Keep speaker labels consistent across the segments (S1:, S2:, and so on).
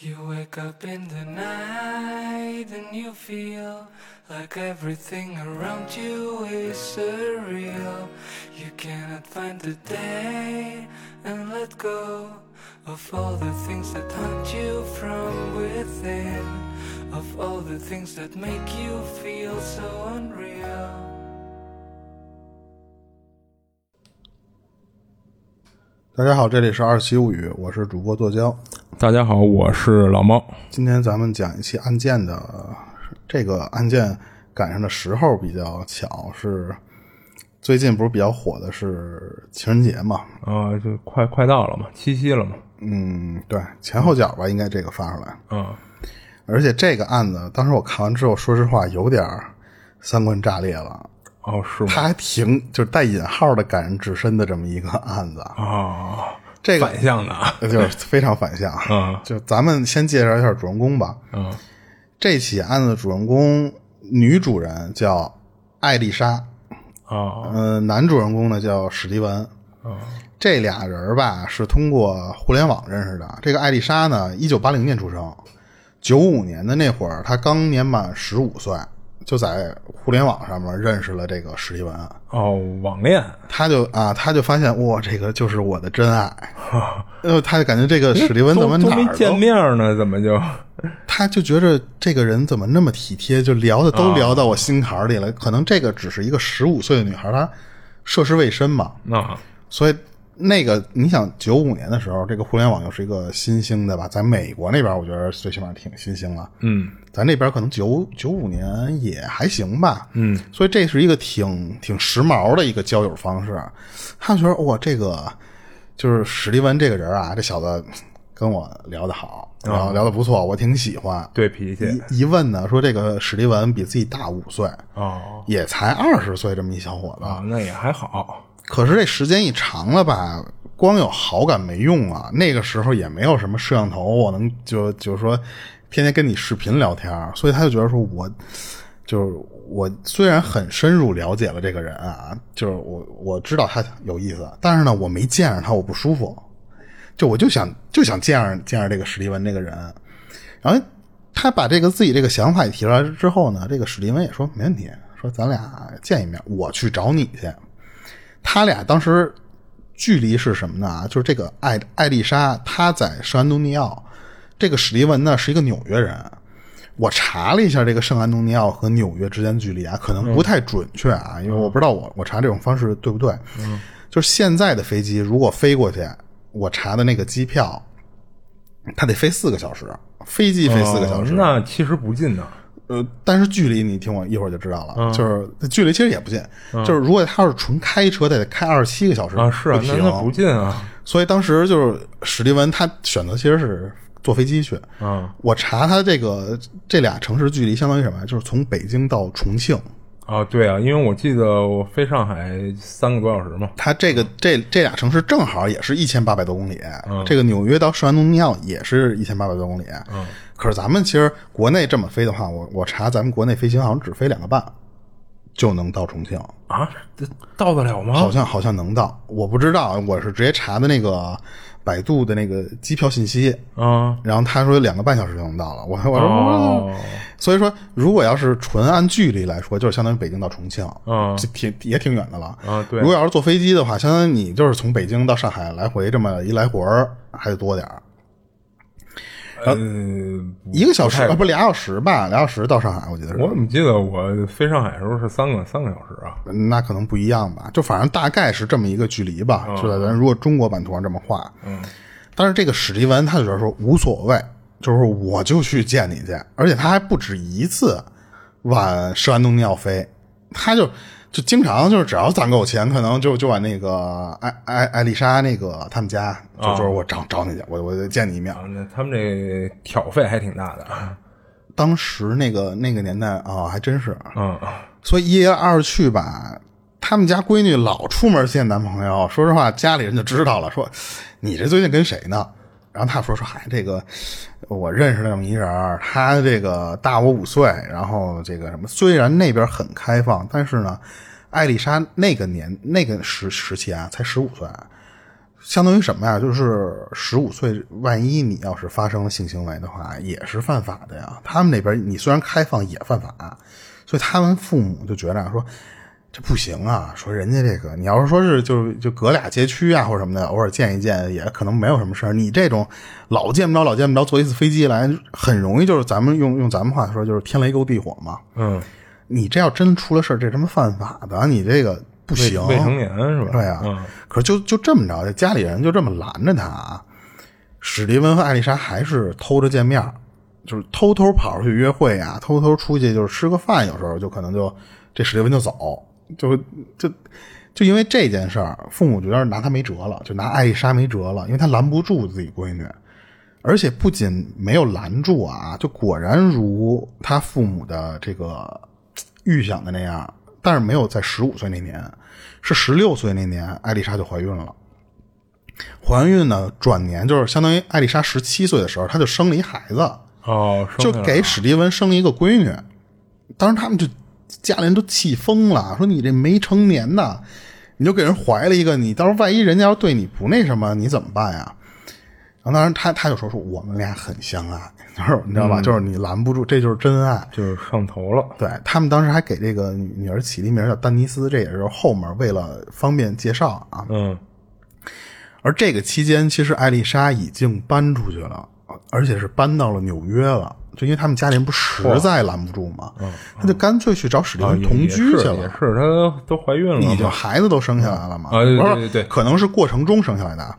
S1: You wake up in the night and you feel like everything around you is surreal. You cannot find the day and let go of all the things that haunt you from within, of all the things that make you feel so unreal.
S2: 大家好，这里是二七物语，我是主播剁椒。
S3: 大家好，我是老猫。
S2: 今天咱们讲一期案件的，呃这个案件赶上的时候比较巧，是最近不是比较火的是情人节嘛？
S3: 啊，就快快到了嘛，七夕了嘛。
S2: 嗯，对，前后脚吧，应该这个发出来。
S3: 啊，
S2: 而且这个案子，当时我看完之后，说实话有点儿三观炸裂了。
S3: 哦，是吗？
S2: 它还挺就是带引号的感人至深的这么一个案子，
S3: 啊，
S2: 这个
S3: 反向的啊。
S2: 就是非常反向。
S3: 嗯
S2: 就咱们先介绍一下主人公吧。
S3: 嗯
S2: 这起案子的主人公女主人叫艾丽莎，
S3: 啊
S2: 呃，男主人公呢叫史蒂文。这俩人儿吧是通过互联网认识的。这个艾丽莎呢，一九八零年出生，九五年的那会儿，她刚年满十五岁，就在互联网上面认识了这个史蒂文。
S3: 哦，网恋
S2: 她就啊，她就发现哇，这个就是我的真爱。呃，她就感觉这个史蒂文怎么
S3: 都
S2: 哪
S3: 都
S2: 儿
S3: 没
S2: 都
S3: 见面呢？怎么就
S2: 他就觉着这个人怎么那么体贴，就聊的
S3: 啊
S2: 都聊到我心坎儿里了。可能这个只是一个十五岁的女孩，她涉世未深嘛，
S3: 啊
S2: 所以那个你想，九五年的时候，这个互联网又是一个新兴的吧，在美国那边，我觉得最起码挺新兴了。
S3: 嗯
S2: 咱这边可能九九五年也还行吧，
S3: 嗯，
S2: 所以这是一个挺挺时髦的一个交友方式。啊他觉得哇，这个就是史蒂文这个人啊，这小子跟我聊得好，聊
S3: 啊
S2: 聊得不错，我挺喜欢。
S3: 对脾气
S2: 一一问呢，说这个史蒂文比自己大五岁，
S3: 哦
S2: 也才二十岁，这么一小伙子。
S3: 啊，那也还好
S2: 可是这时间一长了吧，光有好感没用啊。那个时候也没有什么摄像头，我能就就是说天天跟你视频聊天儿，所以他就觉得说我就是我虽然很深入了解了这个人啊，就是我我知道他有意思，但是呢，我没见着他我不舒服，就我就想就想见着见着这个史蒂文这个人，然后他把这个自己这个想法一提出来之后呢，这个史蒂文也说没问题，说咱俩见一面，我去找你去。他俩当时距离是什么呢？啊，就是这个艾艾丽莎，她在圣安东尼奥，这个史蒂文呢是一个纽约人。我查了一下这个圣安东尼奥和纽约之间距离啊，可能不太准确啊，
S3: 嗯
S2: 因为我不知道我我查这种方式对不对。嗯，就是现在的飞机如果飞过去，我查的那个机票，它得飞四个小时，飞机飞四个小时。
S3: 哦那其实不近呢。
S2: 呃，但是距离你听我一会儿就知道了，
S3: 嗯
S2: 就是距离其实也不近，就是如果他要是纯开车，得开二十七个小时
S3: 啊，是啊
S2: 不，
S3: 那
S2: 停。
S3: 那不近啊。
S2: 所以当时就是史蒂文他选择其实是坐飞机去。
S3: 啊
S2: 我查他这个这俩城市距离相当于什么呀？就是从北京到重庆，
S3: 啊，对啊，因为我记得我飞上海三个多小时嘛。
S2: 它这个这这俩城市正好也是一千八百多公里，
S3: 嗯
S2: 这个纽约到圣安东尼奥也是一千八百多公里。
S3: 啊
S2: 嗯，可是咱们其实国内这么飞的话，我我查咱们国内飞行好像只飞两个半就能到重庆。
S3: 啊，这到得了吗？
S2: 好像好像能到，我不知道，我是直接查的那个百度的那个机票信息，
S3: 啊，
S2: 然后他说两个半小时就能到了，我我说、
S3: 哦
S2: 所以说如果要是纯按距离来说，就是相当于北京到重庆，
S3: 啊
S2: 这挺也挺远的了。
S3: 啊，对
S2: 如，果要是坐飞机的话，相当于你就是从北京到上海来回这么一来回儿，还得多点儿，
S3: 嗯，
S2: 一个小时
S3: 不太
S2: 啊不俩小时吧，俩小时到上海，我记得是。
S3: 我怎么记得我飞上海的时候是三个三个小时啊？
S2: 那可能不一样吧，就反正大概是这么一个距离吧，就在咱如果中国版图上这么画，嗯，但是这个史蒂文他就觉得说无所谓，就是我就去见你去，而且他还不止一次往圣安东尼奥飞，他就就经常就是只要攒够钱，可能就就往那个艾艾艾丽莎那个他们家，就就是我找找你去，我我得见你一面，
S3: 啊，那他们这挑费还挺大的啊。
S2: 当时那个那个年代啊、还真是，
S3: 嗯，
S2: 所以一来二去吧，他们家闺女老出门见男朋友。说实话，家里人就知道了，说你这最近跟谁呢？然后他说说，嗨、这个呃我认识那么一人儿，他这个大我五岁，然后这个什么，虽然那边很开放，但是呢，艾丽莎那个年那个时时期啊，才十五岁，相当于什么呀？就是十五岁，万一你要是发生了性行为的话，也是犯法的呀。他们那边你虽然开放也犯法，啊所以他们父母就觉着啊说这不行啊，说人家这个你要是说是就就隔俩街区啊或者什么的，偶尔见一见也可能没有什么事儿。你这种老见不着老见不着，坐一次飞机来，很容易就是咱们用用咱们话说就是天雷勾地火嘛。
S3: 嗯，
S2: 你这要真出了事儿，这他妈犯法的，你这个不
S3: 未
S2: 行。
S3: 未成年是吧？
S2: 对啊，
S3: 嗯
S2: 可是就就这么着，家里人就这么拦着他啊。史蒂文和艾丽莎还是偷着见面儿，就是偷偷跑出去约会啊，偷偷出去就是吃个饭，有时候就可能就这史蒂文就走，就就就因为这件事儿，父母觉得拿他没辙了，就拿艾丽莎没辙了，因为他拦不住自己闺女，而且不仅没有拦住啊，就果然如他父母的这个呃预想的那样，但是没有在十五岁那年，是十六岁那年，艾丽莎就怀孕了。怀孕呢，转年就是相当于艾丽莎十七岁的时候，她就生了一孩子，
S3: 哦，
S2: 就
S3: 生下来
S2: 给
S3: 了
S2: 史蒂文生了一个闺女。当时他们就家里人都气疯了，说你这没成年呐，你就给人怀了一个，你到时候万一人家要对你不那什么，你怎么办呀？然后当时他他就说说我们俩很相爱，就是你知
S3: 嗯
S2: 道吧，就是你拦不住，这就是真爱。
S3: 就是上头了。
S2: 对他们当时还给这个女女儿起了一名叫丹尼斯，这也是后面为了方便介绍啊。
S3: 嗯，
S2: 而这个期间，其实艾丽莎已经搬出去了，而且是搬到了纽约了。就因为他们家里人不实在拦不住嘛，他就干脆去找史蒂
S3: 嗯啊
S2: 文
S3: 也
S2: 同居去
S3: 也是，也
S2: 了。
S3: 是她都怀孕了嘛，
S2: 已经孩子都生下来了嘛，
S3: 啊对对
S2: 我说
S3: 对对
S2: 可能是过程中生下来的啊。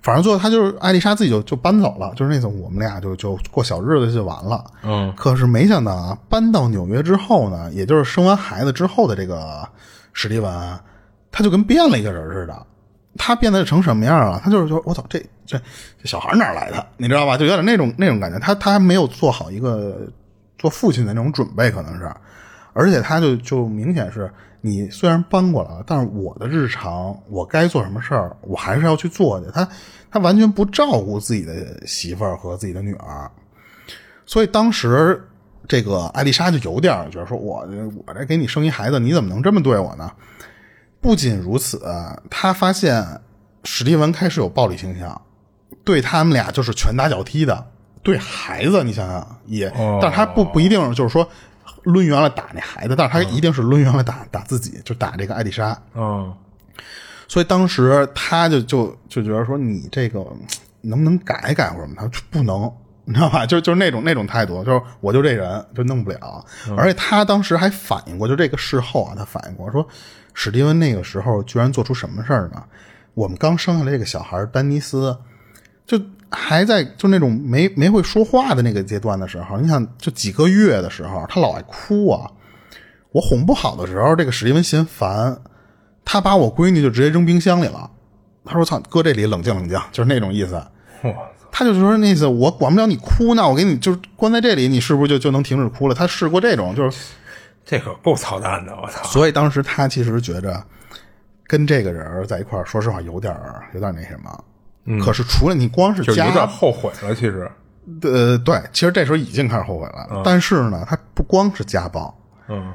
S2: 反正最后他就是艾丽莎自己就就搬走了，就是那种我们俩就就过小日子就完了。
S3: 嗯，
S2: 可是没想到啊，搬到纽约之后呢，也就是生完孩子之后的这个史蒂文啊，他就跟变了一个人似的。他变得成什么样了？他就是说，我操，这这这小孩哪儿来的？你知道吧？就有点那种那种感觉。他他还没有做好一个做父亲的那种准备，可能是。而且他就就明显是你虽然搬过来了，但是我的日常，我该做什么事儿，我还是要去做的。他他完全不照顾自己的媳妇儿和自己的女儿，所以当时这个艾丽莎就有点儿觉得说我，我这给你生一孩子，你怎么能这么对我呢？不仅如此，她发现史蒂文开始有暴力倾向，对他们俩就是拳打脚踢的，对孩子，你想想也，
S3: 哦
S2: 但是他不不一定就是说抡圆了打那孩子，但是他一定是抡圆了打打自己，就打这个艾丽莎。
S3: 嗯，
S2: 所以当时他就就就觉得说你这个嗯能不能改一改或者什么？他说不能，你知道吧？就就是那种那种态度，就是我就这人就弄不了。而且他当时还反应过，就这个事后啊，他反应过说，史蒂文那个时候居然做出什么事儿呢？我们刚生下来这个小孩丹尼斯，就还在就那种没没会说话的那个阶段的时候，你想就几个月的时候，他老爱哭啊。我哄不好的时候，这个史蒂文嫌烦，他把我闺女就直接扔冰箱里了。他说：“操，搁这里冷静冷静，就是那种意思。
S3: 我”
S2: 他就是说那意思，我管不了你哭呢，我给你就是关在这里，你是不是就就能停止哭了？他试过这种，就是
S3: 这可够操蛋的，我操！
S2: 所以当时他其实觉着跟这个人儿在一块儿，说实话有点儿有点儿那什么。可是除了你光是
S3: 嗯就是
S2: 家
S3: 有点后悔了，其实，
S2: 呃，对，其实这时候已经开始后悔了。但是呢，他不光是家暴，
S3: 嗯，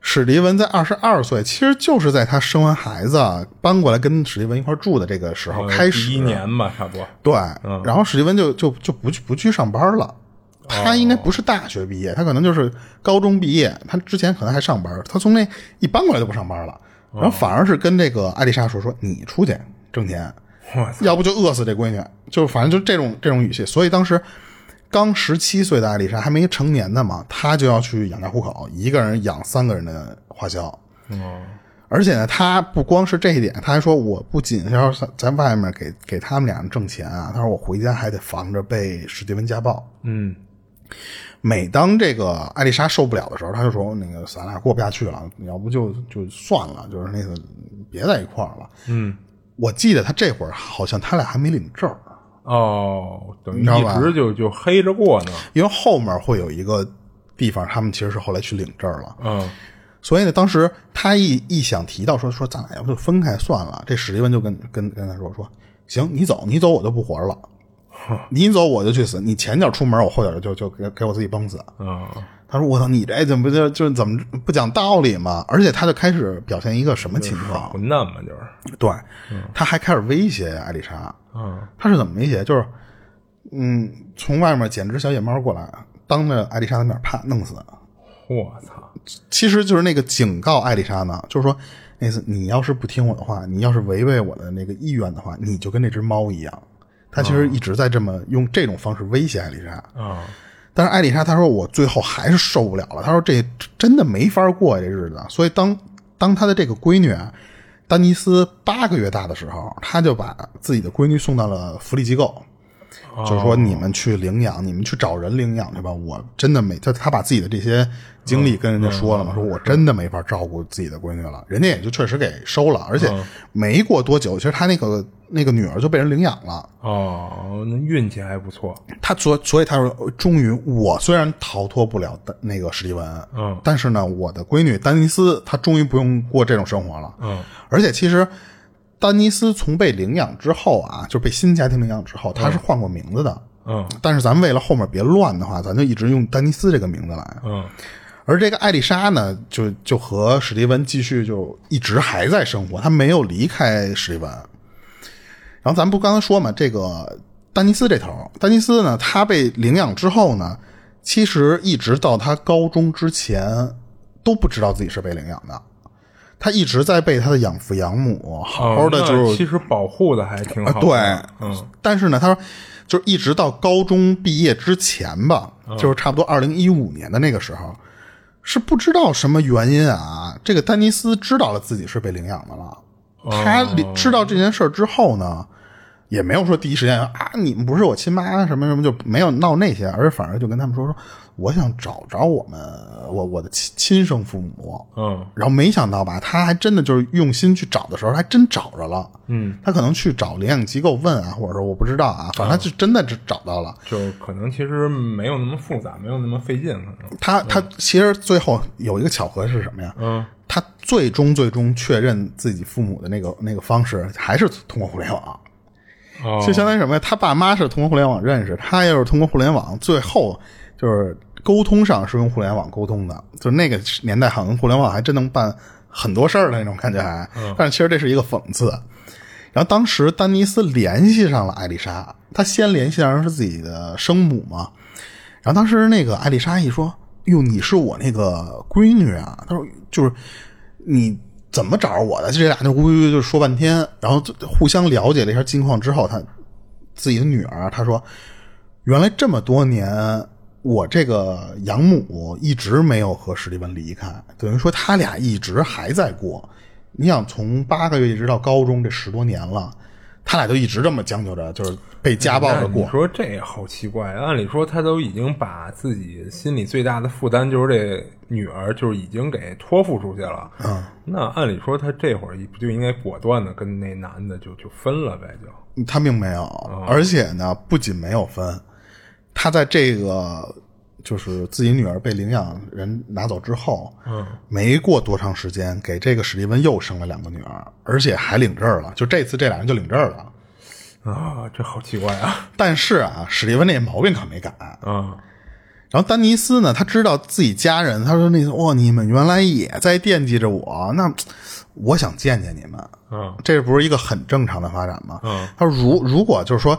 S2: 史蒂文在二十二岁，其实就是在他生完孩子搬过来跟史蒂文一块儿住的这个时候
S3: 呃
S2: 开始。
S3: 第一年吧，差不多。
S2: 对，然后史蒂文就就就不去不去上班了。他应该不是大学毕业，他可能就是高中毕业。他之前可能还上班，他从那一搬过来就不上班了，然后反而是跟这个艾丽莎说说你出去挣钱，
S3: 我操！
S2: 要不就饿死这闺女，就反正就这种这种语气。所以当时刚十七岁的艾丽莎还没成年呢嘛，她就要去养家糊口，一个人养三个人的花销。
S3: 嗯
S2: 而且呢，她不光是这一点，她还说我不仅要是在外面给给他们俩人挣钱啊，她说我回家还得防着被史蒂文家暴。
S3: 嗯，
S2: 每当这个艾丽莎受不了的时候，她就说：“那个咱俩过不下去了，要不就就算了，就是那个别在一块儿了。”
S3: 嗯，
S2: 我记得她这会儿好像他俩还没领证儿，
S3: 哦，等于
S2: 你知道吧
S3: 一直就就黑着过呢。
S2: 因为后面会有一个地方，他们其实是后来去领证了。
S3: 嗯，
S2: 所以呢，当时他一一想提到说说咱俩要不就分开算了，这史蒂文就跟跟跟他说说行，你走你走我就不活了。你一走我就去死，你前脚出门，我后脚就就给给我自己崩死。
S3: 啊，
S2: 他说：“我操，你这怎么就就怎么不讲道理嘛？”而且他就开始表现一个什么情况？
S3: 混蛋嘛，嗯就是
S2: 对，他还开始威胁艾丽莎。
S3: 啊，
S2: 他是怎么威胁？就是，嗯，从外面捡只小野猫过来，当着艾丽莎的面啪弄死。
S3: 我操，
S2: 其实就是那个警告艾丽莎呢，就是说，那次你要是不听我的话，你要是违背我的那个意愿的话，你就跟那只猫一样。他其实一直在这么用这种方式威胁艾丽莎。
S3: 啊，
S2: 但是艾丽莎她说我最后还是受不了了，她说这真的没法过呀这日子。所以当当她的这个闺女啊丹尼斯八个月大的时候，她就把自己的闺女送到了福利机构，就是说你们去领养，你们去找人领养去吧。我真的没，她她把自己的这些经历跟人家说了嘛，说我真的没法照顾自己的闺女了，人家也就确实给收了，而且没过多久，其实她那个那个女儿就被人领养了。
S3: 哦，那运气还不错，
S2: 他所所以他说，终于我虽然逃脱不了的那个史蒂文，
S3: 嗯
S2: 但是呢，我的闺女丹尼斯她终于不用过这种生活了，
S3: 嗯，
S2: 而且其实丹尼斯从被领养之后啊，就被新家庭领养之后，她是换过名字的，
S3: 嗯
S2: 但是咱为了后面别乱的话，咱就一直用丹尼斯这个名字来。
S3: 嗯，
S2: 而这个艾丽莎呢，就就和史蒂文继续就一直还在生活，她没有离开史蒂文。然后咱们不刚才说嘛，这个丹尼斯这头，丹尼斯呢，他被领养之后呢，其实一直到他高中之前都不知道自己是被领养的，他一直在被他的养父养母好好的
S3: 哦
S2: 就
S3: 那
S2: 是
S3: 其实保护的还挺好的，
S2: 啊对
S3: 嗯
S2: 但是呢，他说就是一直到高中毕业之前吧，
S3: 嗯
S2: 就是差不多二零一五年的那个时候，是不知道什么原因啊，这个丹尼斯知道了自己是被领养的了。
S3: 哦
S2: 他理知道这件事儿之后呢，也没有说第一时间啊，你们不是我亲妈什么什么，就没有闹那些，而反而就跟他们说说，我想找找我们我我的亲亲生父母。
S3: 嗯
S2: 然后没想到吧，他还真的就是用心去找的时候，还真找着了。
S3: 嗯，
S2: 他可能去找领养机构问啊，或者说我不知道啊，反正他就真的只找到了。
S3: 就可能其实没有那么复杂，没有那么费劲，可能，
S2: 他他其实最后有一个巧合是什么呀？
S3: 嗯
S2: 他最终最终确认自己父母的那个那个方式还是通过互联网，
S3: 哦，
S2: 就相当于什么呀？他爸妈是通过互联网认识，他又是通过互联网，最后就是沟通上是用互联网沟通的，就那个年代好像互联网还真能办很多事儿的那种感觉还，但是其实这是一个讽刺。然后当时丹尼斯联系上了艾丽莎，他先联系上是自己的生母嘛，然后当时那个艾丽莎一说：“哟，你是我那个闺女啊！”她说：“就是你怎么找着我的？”这俩就呜呜呜就说半天，然后就互相了解了一下近况之后，她自己的女儿啊，她说：“原来这么多年，我这个养母一直没有和史蒂文离开，等于说他俩一直还在过。你想，从八个月一直到高中这十多年了，他俩就一直这么将就着，就是被家暴着
S3: 那
S2: 过
S3: 你。说这也好奇怪，按理说他都已经把自己心里最大的负担，就是这女儿，就是已经给托付出去了。嗯，那按理说他这会儿不就应该果断的跟那男的就就分了呗？就
S2: 他并没有，而且呢，不仅没有分，他在这个就是自己女儿被领养人拿走之后，嗯，没过多长时间，给这个史蒂文又生了两个女儿，而且还领证了，就这次这俩人就领证了。
S3: 啊，这好奇怪啊！
S2: 但是啊，史蒂文那毛病可没改。
S3: 啊，
S2: 然后丹尼斯呢，他知道自己家人，他说那次哇，你们原来也在惦记着我，那我想见见你们。
S3: 嗯，
S2: 这不是一个很正常的发展吗？
S3: 嗯，
S2: 他说如如果就是说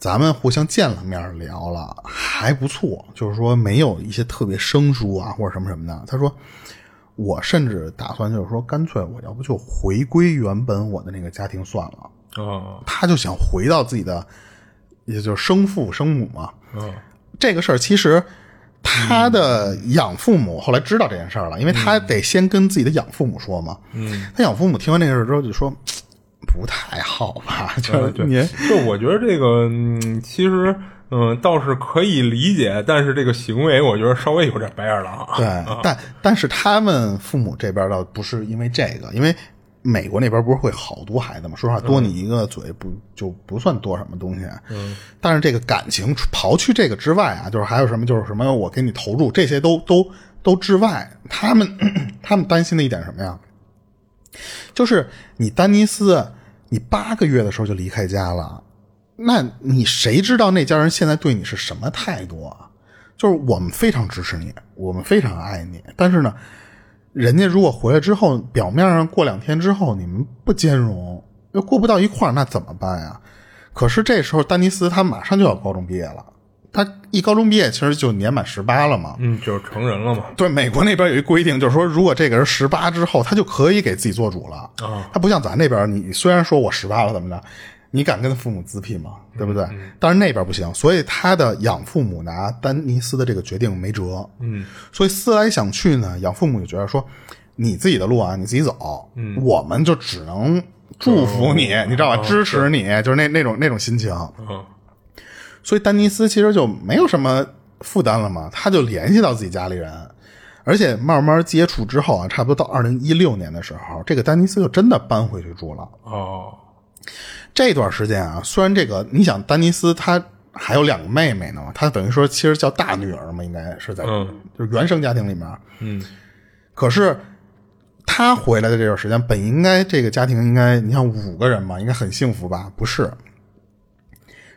S2: 咱们互相见了面儿聊了还不错，就是说没有一些特别生疏啊或者什么什么的。他说我甚至打算就是说干脆我要不就回归原本我的那个家庭算了。
S3: 哦，
S2: 他就想回到自己的，也就是生父生母嘛。
S3: 嗯，
S2: 这个事儿其实他的养父母后来知道这件事儿了，因为他得先跟自己的养父母说嘛。嗯， 他养父母听完这事儿之后就说。嘖不太好吧？
S3: 啊对
S2: 就是
S3: 对
S2: 你，
S3: 就我觉得这个，嗯，其实，嗯，倒是可以理解，但是这个行为，我觉得稍微有点白眼狼。啊
S2: 对，但但是他们父母这边倒不是因为这个，因为美国那边不是会好多孩子嘛，说实话，多你一个嘴不就不算多什么东西。嗯，但是这个感情刨去这个之外啊，就是还有什么，就是什么我给你投入这些都都都之外，他们 他们担心的一点是什么呀？就是你丹尼斯，你八个月的时候就离开家了，那你谁知道那家人现在对你是什么态度啊？就是我们非常支持你，我们非常爱你，但是呢，人家如果回来之后，表面上过两天之后你们不兼容，又过不到一块儿，那怎么办呀？可是这时候丹尼斯他马上就要高中毕业了，他一高中毕业其实就年满十八了嘛，
S3: 嗯，就是成人了嘛。
S2: 对，美国那边有一规定，就是说，如果这个人十八之后，他就可以给自己做主了。
S3: 啊
S2: 他不像咱那边，你虽然说我十八了怎么着，你敢跟父母自聘吗？对不对？
S3: 嗯
S2: 但是那边不行，所以他的养父母拿丹尼斯的这个决定没辙。
S3: 嗯，
S2: 所以思来想去呢，养父母就觉得说，你自己的路啊，你自己走，
S3: 嗯
S2: 我们就只能祝福你，
S3: 哦
S2: 你知道吧？支持你，就是那那种那种心情。
S3: 嗯
S2: 所以丹尼斯其实就没有什么负担了嘛，他就联系到自己家里人，而且慢慢接触之后啊，差不多到二零一六年的时候，这个丹尼斯就真的搬回去住了。
S3: 哦，
S2: 这段时间啊，虽然这个你想丹尼斯他还有两个妹妹呢嘛，他等于说其实叫大女儿嘛，应该是在、
S3: 嗯
S2: 就是原生家庭里面，
S3: 嗯
S2: 可是他回来的这段时间，本应该这个家庭应该，你像五个人嘛，应该很幸福吧？不是，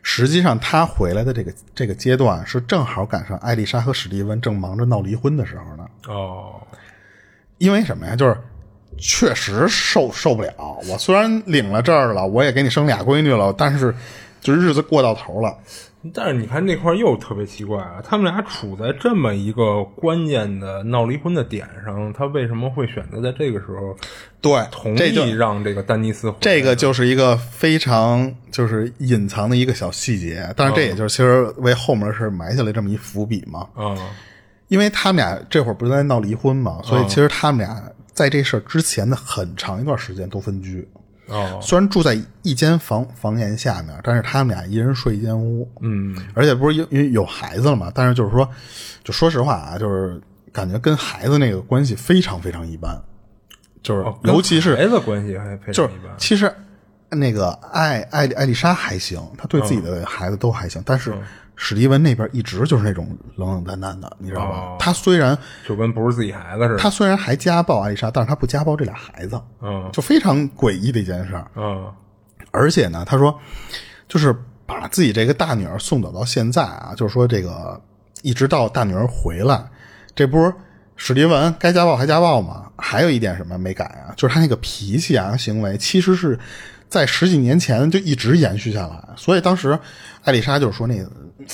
S2: 实际上他回来的这个这个阶段是正好赶上艾丽莎和史蒂文正忙着闹离婚的时候呢。
S3: 哦，
S2: 因为什么呀？就是确实受受不了。我虽然领了证儿了，我也给你生俩闺女了，但是就日子过到头了。
S3: 但是你看那块儿又特别奇怪啊，他们俩处在这么一个关键的闹离婚的点上，他为什么会选择在这个时候
S2: 对，
S3: 同
S2: 这就
S3: 意让这个丹尼斯回来
S2: 这个就是一个非常就是隐藏的一个小细节，但是这也就是其实为后面是埋下了这么一伏笔嘛。
S3: 啊
S2: 因为他们俩这会儿不是在闹离婚
S3: 哦
S2: 嘛，所以其实他们俩在这事儿之前的很长一段时间都分居，
S3: 哦
S2: 虽然住在一间房房檐下面，但是他们俩一人睡一间屋。
S3: 嗯
S2: 而且不是因因为有孩子了嘛，但是就是说，就说实话啊，就是感觉跟孩子那个关系非常非常一般，就是、
S3: 哦跟
S2: 尤其是
S3: 孩子关系还非
S2: 就
S3: 常
S2: 是
S3: 一般
S2: 其实那个艾艾丽艾丽莎还行，她对自己
S3: 嗯
S2: 的孩子都还行，但是史蒂文那边一直就是那种冷冷淡淡的，你知道吧
S3: 哦？
S2: 他虽然
S3: 就跟不是自己孩子似的。
S2: 他虽然还家暴艾丽莎，但是他不家暴这俩孩子，
S3: 嗯
S2: 就非常诡异的一件事儿。
S3: 嗯
S2: 而且呢，他说，就是把自己这个大女儿送走到现在啊，就是说这个一直到大女儿回来，这不是史蒂文该家暴还家暴吗？还有一点什么没改啊，就是他那个脾气啊行为，其实是在十几年前就一直延续下来。所以当时艾丽莎就说那个，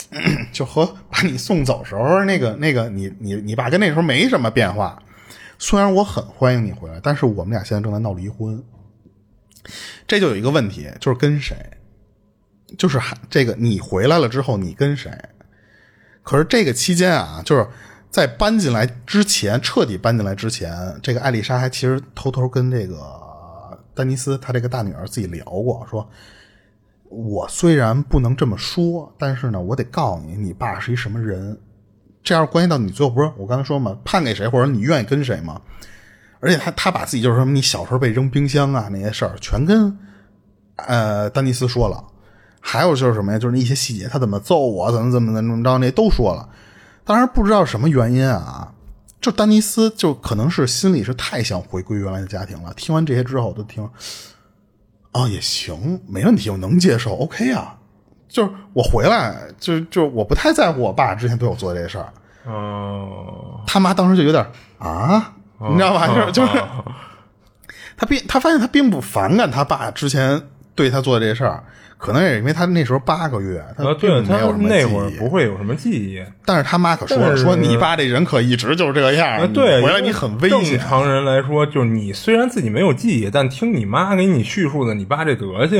S2: 就和把你送走时候那个那个你你你爸跟那时候没什么变化。虽然我很欢迎你回来，但是我们俩现在正在闹离婚。这就有一个问题，就是跟谁，就是还这个你回来了之后你跟谁？可是这个期间啊，就是在搬进来之前，彻底搬进来之前，这个艾丽莎还其实偷偷跟这个丹尼斯她这个大女儿自己聊过，说我虽然不能这么说，但是呢，我得告诉你，你爸是一什么人。这样关系到你最后不是我刚才说嘛，判给谁或者你愿意跟谁嘛？而且他他把自己就是什么你小时候被扔冰箱啊那些事儿全跟呃丹尼斯说了，还有就是什么呀，就是那一些细节，他怎么揍我，怎么怎么怎么怎么着那都说了。当然不知道什么原因啊，就丹尼斯就可能是心里是太想回归原来的家庭了。听完这些之后，我都听啊也行，没问题，我能接受，OK 啊。就是我回来，就就我不太在乎我爸之前对我做的这事儿，
S3: 哦
S2: 他妈当时就有点啊，你知道吧？就是就是
S3: 哦
S2: 他并他发现他并不反感他爸之前对他做的这事儿，可能也是因为他那时候八个月，他
S3: 啊，
S2: 并
S3: 对
S2: 没
S3: 他
S2: 有什么
S3: 那会儿
S2: 记忆
S3: 不会有什么记忆。
S2: 但是他妈可说了，
S3: 但是
S2: 说你爸这人可一直就是这样，
S3: 啊，
S2: 哎
S3: 对，
S2: 你回来
S3: 因为
S2: 你很危
S3: 正
S2: 险。
S3: 常人来说，就是你虽然自己没有记忆，但听你妈给你叙述的你爸这德行，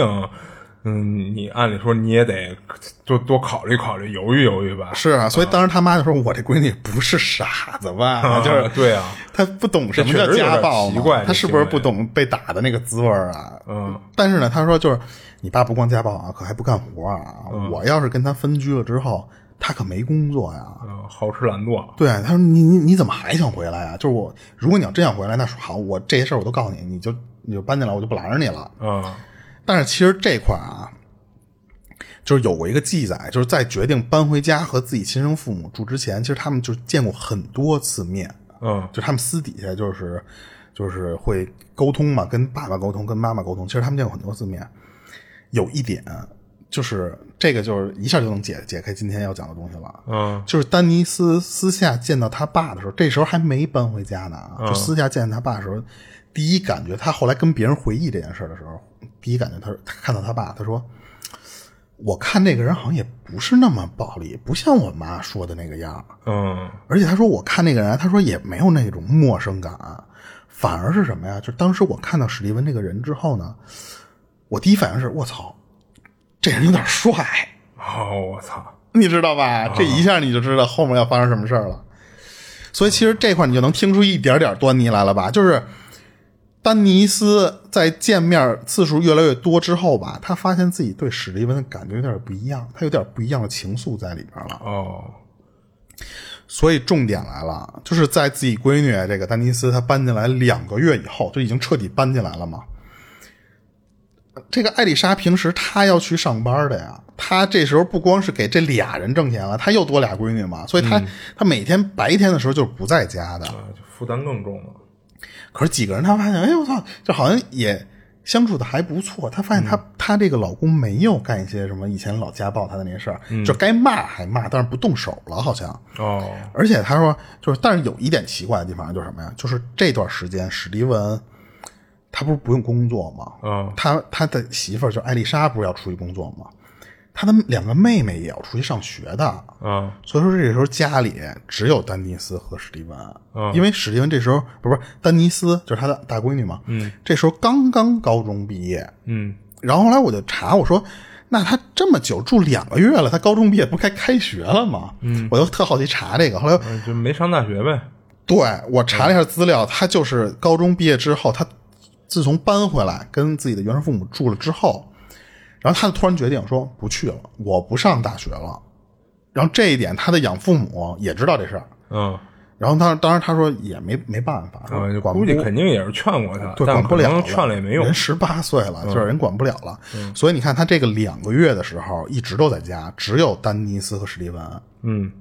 S3: 嗯，你按理说你也得多多考虑考虑，犹豫犹豫吧。
S2: 是啊，所以当时他妈就说：“我这闺女不是傻子 吧？就是
S3: 啊对啊，
S2: 她不懂什么
S3: 这确
S2: 叫
S3: 实有
S2: 家
S3: 点
S2: 暴嘛，
S3: 奇怪这
S2: 她是不是
S3: 行为
S2: 不懂被打的那个滋味儿啊？
S3: 嗯
S2: 但是呢，他说就是你爸不光家暴啊，可还不干活啊。
S3: 嗯
S2: 我要是跟他分居了之后，他可没工作呀。
S3: 嗯，好吃懒做，
S2: 对，他说你你你怎么还想回来啊？就是我，如果你要真想回来，那好，我这些事儿我都告诉你，你就你就搬进来，我就不拦着你了。
S3: 嗯
S2: 但是其实这块儿啊，就是有过一个记载，就是在决定搬回家和自己亲生父母住之前，其实他们就见过很多次面。
S3: 嗯
S2: 就他们私底下就是就是会沟通嘛，跟爸爸沟通，跟妈妈沟通。其实他们见过很多次面。有一点，就是这个就是一下就能解解开今天要讲的东西了。
S3: 嗯
S2: 就是丹尼斯私下见到他爸的时候，这时候还没搬回家呢啊，就私下见他爸的时候，第一感觉他后来跟别人回忆这件事儿的时候，第一感觉他他看到他爸，他说：“我看这个人好像也不是那么暴力，不像我妈说的那个样儿。
S3: 嗯
S2: 而且他说我看那个人，他说也没有那种陌生感，啊反而是什么呀？就当时我看到史蒂文这个人之后呢，我第一反应是我操，这人有点帅。”
S3: 哦，我操，
S2: 你知道吧？这一下你就知道后面要发生什么事儿了。所以其实这块你就能听出一点点端倪来了吧？就是丹尼斯在见面次数越来越多之后吧，他发现自己对史蒂文的感觉有点不一样，他有点不一样的情愫在里边了。
S3: 哦，
S2: 所以重点来了，就是在自己闺女这个丹尼斯她搬进来两个月以后，就已经彻底搬进来了嘛。这个艾丽莎平时她要去上班的呀，她这时候不光是给这俩人挣钱了，她又多俩闺女嘛，所以她、她每天白天的时候就是不在家的。
S3: 啊，就负担更重了。
S2: 可是几个人她发现，哎呦我操，这好像也相处的还不错。她发现她、她这个老公没有干一些什么以前老家暴她的那些事儿，就该骂还骂，但是不动手了，好像。
S3: 哦，
S2: 而且他说，就是但是有一点奇怪的地方就是什么呀？就是这段时间史蒂文他不是不用工作吗？
S3: 嗯
S2: 他他的媳妇儿就艾丽莎不是要出去工作吗？他的两个妹妹也要出去上学的，
S3: 啊，
S2: 所以说这个时候家里只有丹尼斯和史蒂文，
S3: 嗯
S2: 因为史蒂文这时候不是不是丹尼斯就是他的大闺女嘛，嗯，这时候刚刚高中毕业，
S3: 嗯，
S2: 然后后来我就查，我说，那他这么久住两个月了，他高中毕业不该开学了吗？嗯，我就特好奇查这个。后来
S3: 嗯就没上大学呗。
S2: 对我查
S3: 嗯
S2: 了一下资料，他就是高中毕业之后，他自从搬回来跟自己的原生父母住了之后，然后他就突然决定说不去了，我不上大学了。然后这一点，他的养父母也知道这事儿。
S3: 嗯，
S2: 然后他当时他说也没没办法，
S3: 啊，就
S2: 啊管
S3: 估计
S2: 不
S3: 肯定也是劝过他，
S2: 对，
S3: 但
S2: 管不
S3: 可
S2: 了
S3: 能
S2: 了，
S3: 劝了也没用嗯
S2: 人。十八岁了，就是人管不了了。所以你看，他这个两个月的时候一直都在家，只有丹尼斯和史蒂文。然
S3: 嗯，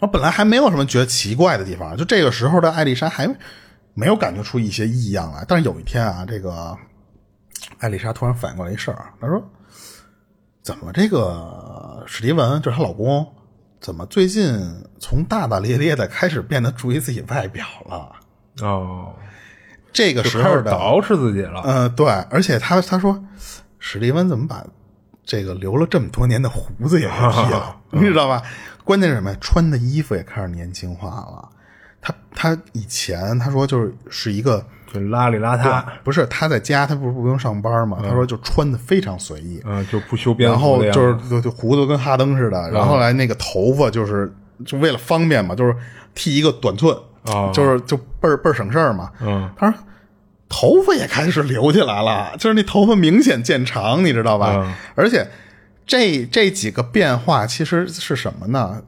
S2: 后本来还没有什么觉得奇怪的地方，啊就这个时候的艾丽莎还没有感觉出一些异样来。但是有一天啊，这个艾丽莎突然反应过来一事儿，啊她说：“怎么这个史蒂文就是她老公，怎么最近从大大咧咧的开始变得注意自己外表了？”
S3: 哦，
S2: 这个
S3: 就
S2: 时
S3: 开
S2: 候
S3: 始
S2: 的
S3: 捯饬自己了。
S2: 呃，对，而且他他说，史蒂文怎么把这个留了这么多年的胡子也给剃 了，你知道吧？关键是什么呀？穿的衣服也开始年轻化了。他他以前他说就是是一个
S3: 就邋里邋遢，
S2: 不是他在家他不是不用上班嘛，他说就穿的非常随意，
S3: 嗯，就不修边
S2: 然
S3: 幅
S2: 后
S3: 的样子嗯
S2: 就是就就胡子跟哈登似的，然后后来那个头发就是就为了方便嘛，就是剃一个短寸，
S3: 哦
S2: 就是就倍儿倍儿省事儿嘛。
S3: 嗯，
S2: 他说头发也开始留起来了，就是那头发明显见长，你知道吧？
S3: 嗯
S2: 而且这这几个变化其实是什么呢？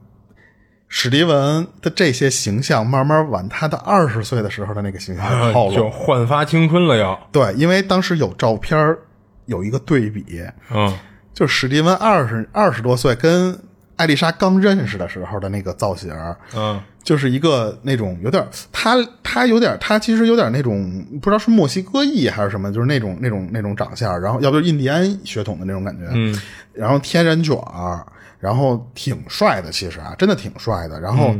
S2: 史蒂文的这些形象慢慢往他的二十岁的时候的那个形象
S3: 啊
S2: 靠
S3: 就
S2: 拢。
S3: 焕发青春了要。
S2: 对，因为当时有照片儿有一个对比，
S3: 嗯，
S2: 就是史蒂文二十二十多岁跟艾丽莎刚认识的时候的那个造型儿，
S3: 嗯，
S2: 就是一个那种有点儿他他有点儿他其实有点儿那种不知道是墨西哥裔还是什么，就是那种那种那种长相，然后要不就是印第安血统的那种感觉，嗯，然后天然卷儿，然后挺帅的，其实啊，真的挺帅的，然后。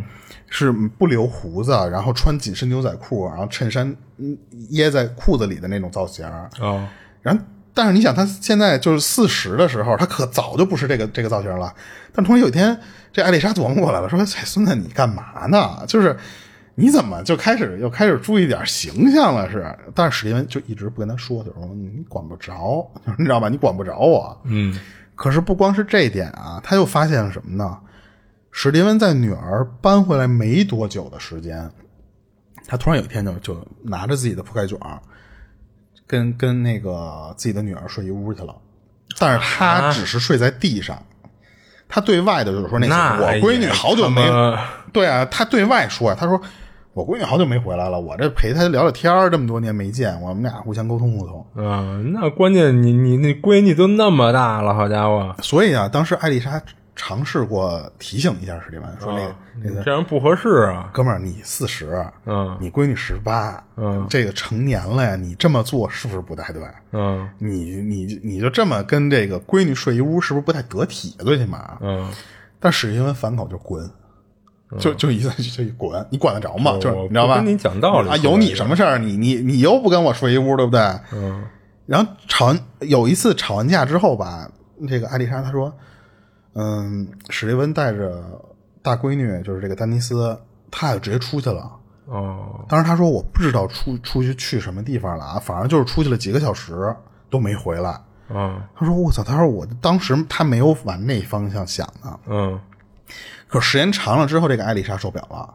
S2: 是不留胡子，然后穿紧身牛仔裤，然后衬衫嗯掖在裤子里的那种造型儿，
S3: 哦，
S2: 然后，但是你想，他现在就是四十的时候，他可早就不是这个这个造型了。但突然有一天，这艾丽莎琢磨过来了，说：“哎，孙子，你干嘛呢？就是你怎么就开始又开始注意点形象了？是？”但是史蒂文就一直不跟他说，就是说你管不着，啊你知道吧？你管不着啊我。
S3: 嗯，
S2: 可是不光是这一点啊，他又发现了什么呢？史蒂文在女儿搬回来没多久的时间，他突然有一天就就拿着自己的铺盖卷儿，跟跟那个自己的女儿睡一屋去了，但是
S3: 啊
S2: 他只是睡在地上，他对外的就是说那
S3: 那
S2: 些我闺女好久没
S3: 也他妈
S2: 对啊，他对外说呀、他说我闺女好久没回来了，我这陪她聊聊天儿，这么多年没见，我们俩互相沟通沟通。
S3: 嗯，那关键你你那闺女都那么大了，好家伙，
S2: 所以啊，当时艾丽莎尝试过提醒一下史蒂
S3: 啊
S2: 文，说那个、那个
S3: 嗯这样不合适啊。
S2: 哥们儿，你四十，
S3: 嗯
S2: 你闺女十八，
S3: 嗯
S2: 这个成年了呀，你这么做是不是不太对？
S3: 嗯
S2: 你你你就这么跟这个闺女睡一屋，是不是不太得体？最起码，
S3: 嗯，
S2: 但史蒂文反口就滚，就就一就一滚，你管得着吗？
S3: 我
S2: 就是
S3: 啊哦我
S2: 你知道吧？
S3: 不跟你讲道理
S2: 啊，有你什么事儿？你你你又不跟我睡一屋，对不对？嗯。然后吵完有一次吵完架之后吧，这个艾丽莎她说：“嗯，史蒂文带着大闺女，就是这个丹尼斯，她就直接出去了。
S3: 哦，
S2: 当时她说我不知道出出去去什么地方了啊，反正就是出去了几个小时都没回来。”
S3: 嗯
S2: 她说：“我操！”她说：“我当时她没有往那方向想呢。”
S3: 嗯
S2: 可时间长了之后，这个艾丽莎受不了了。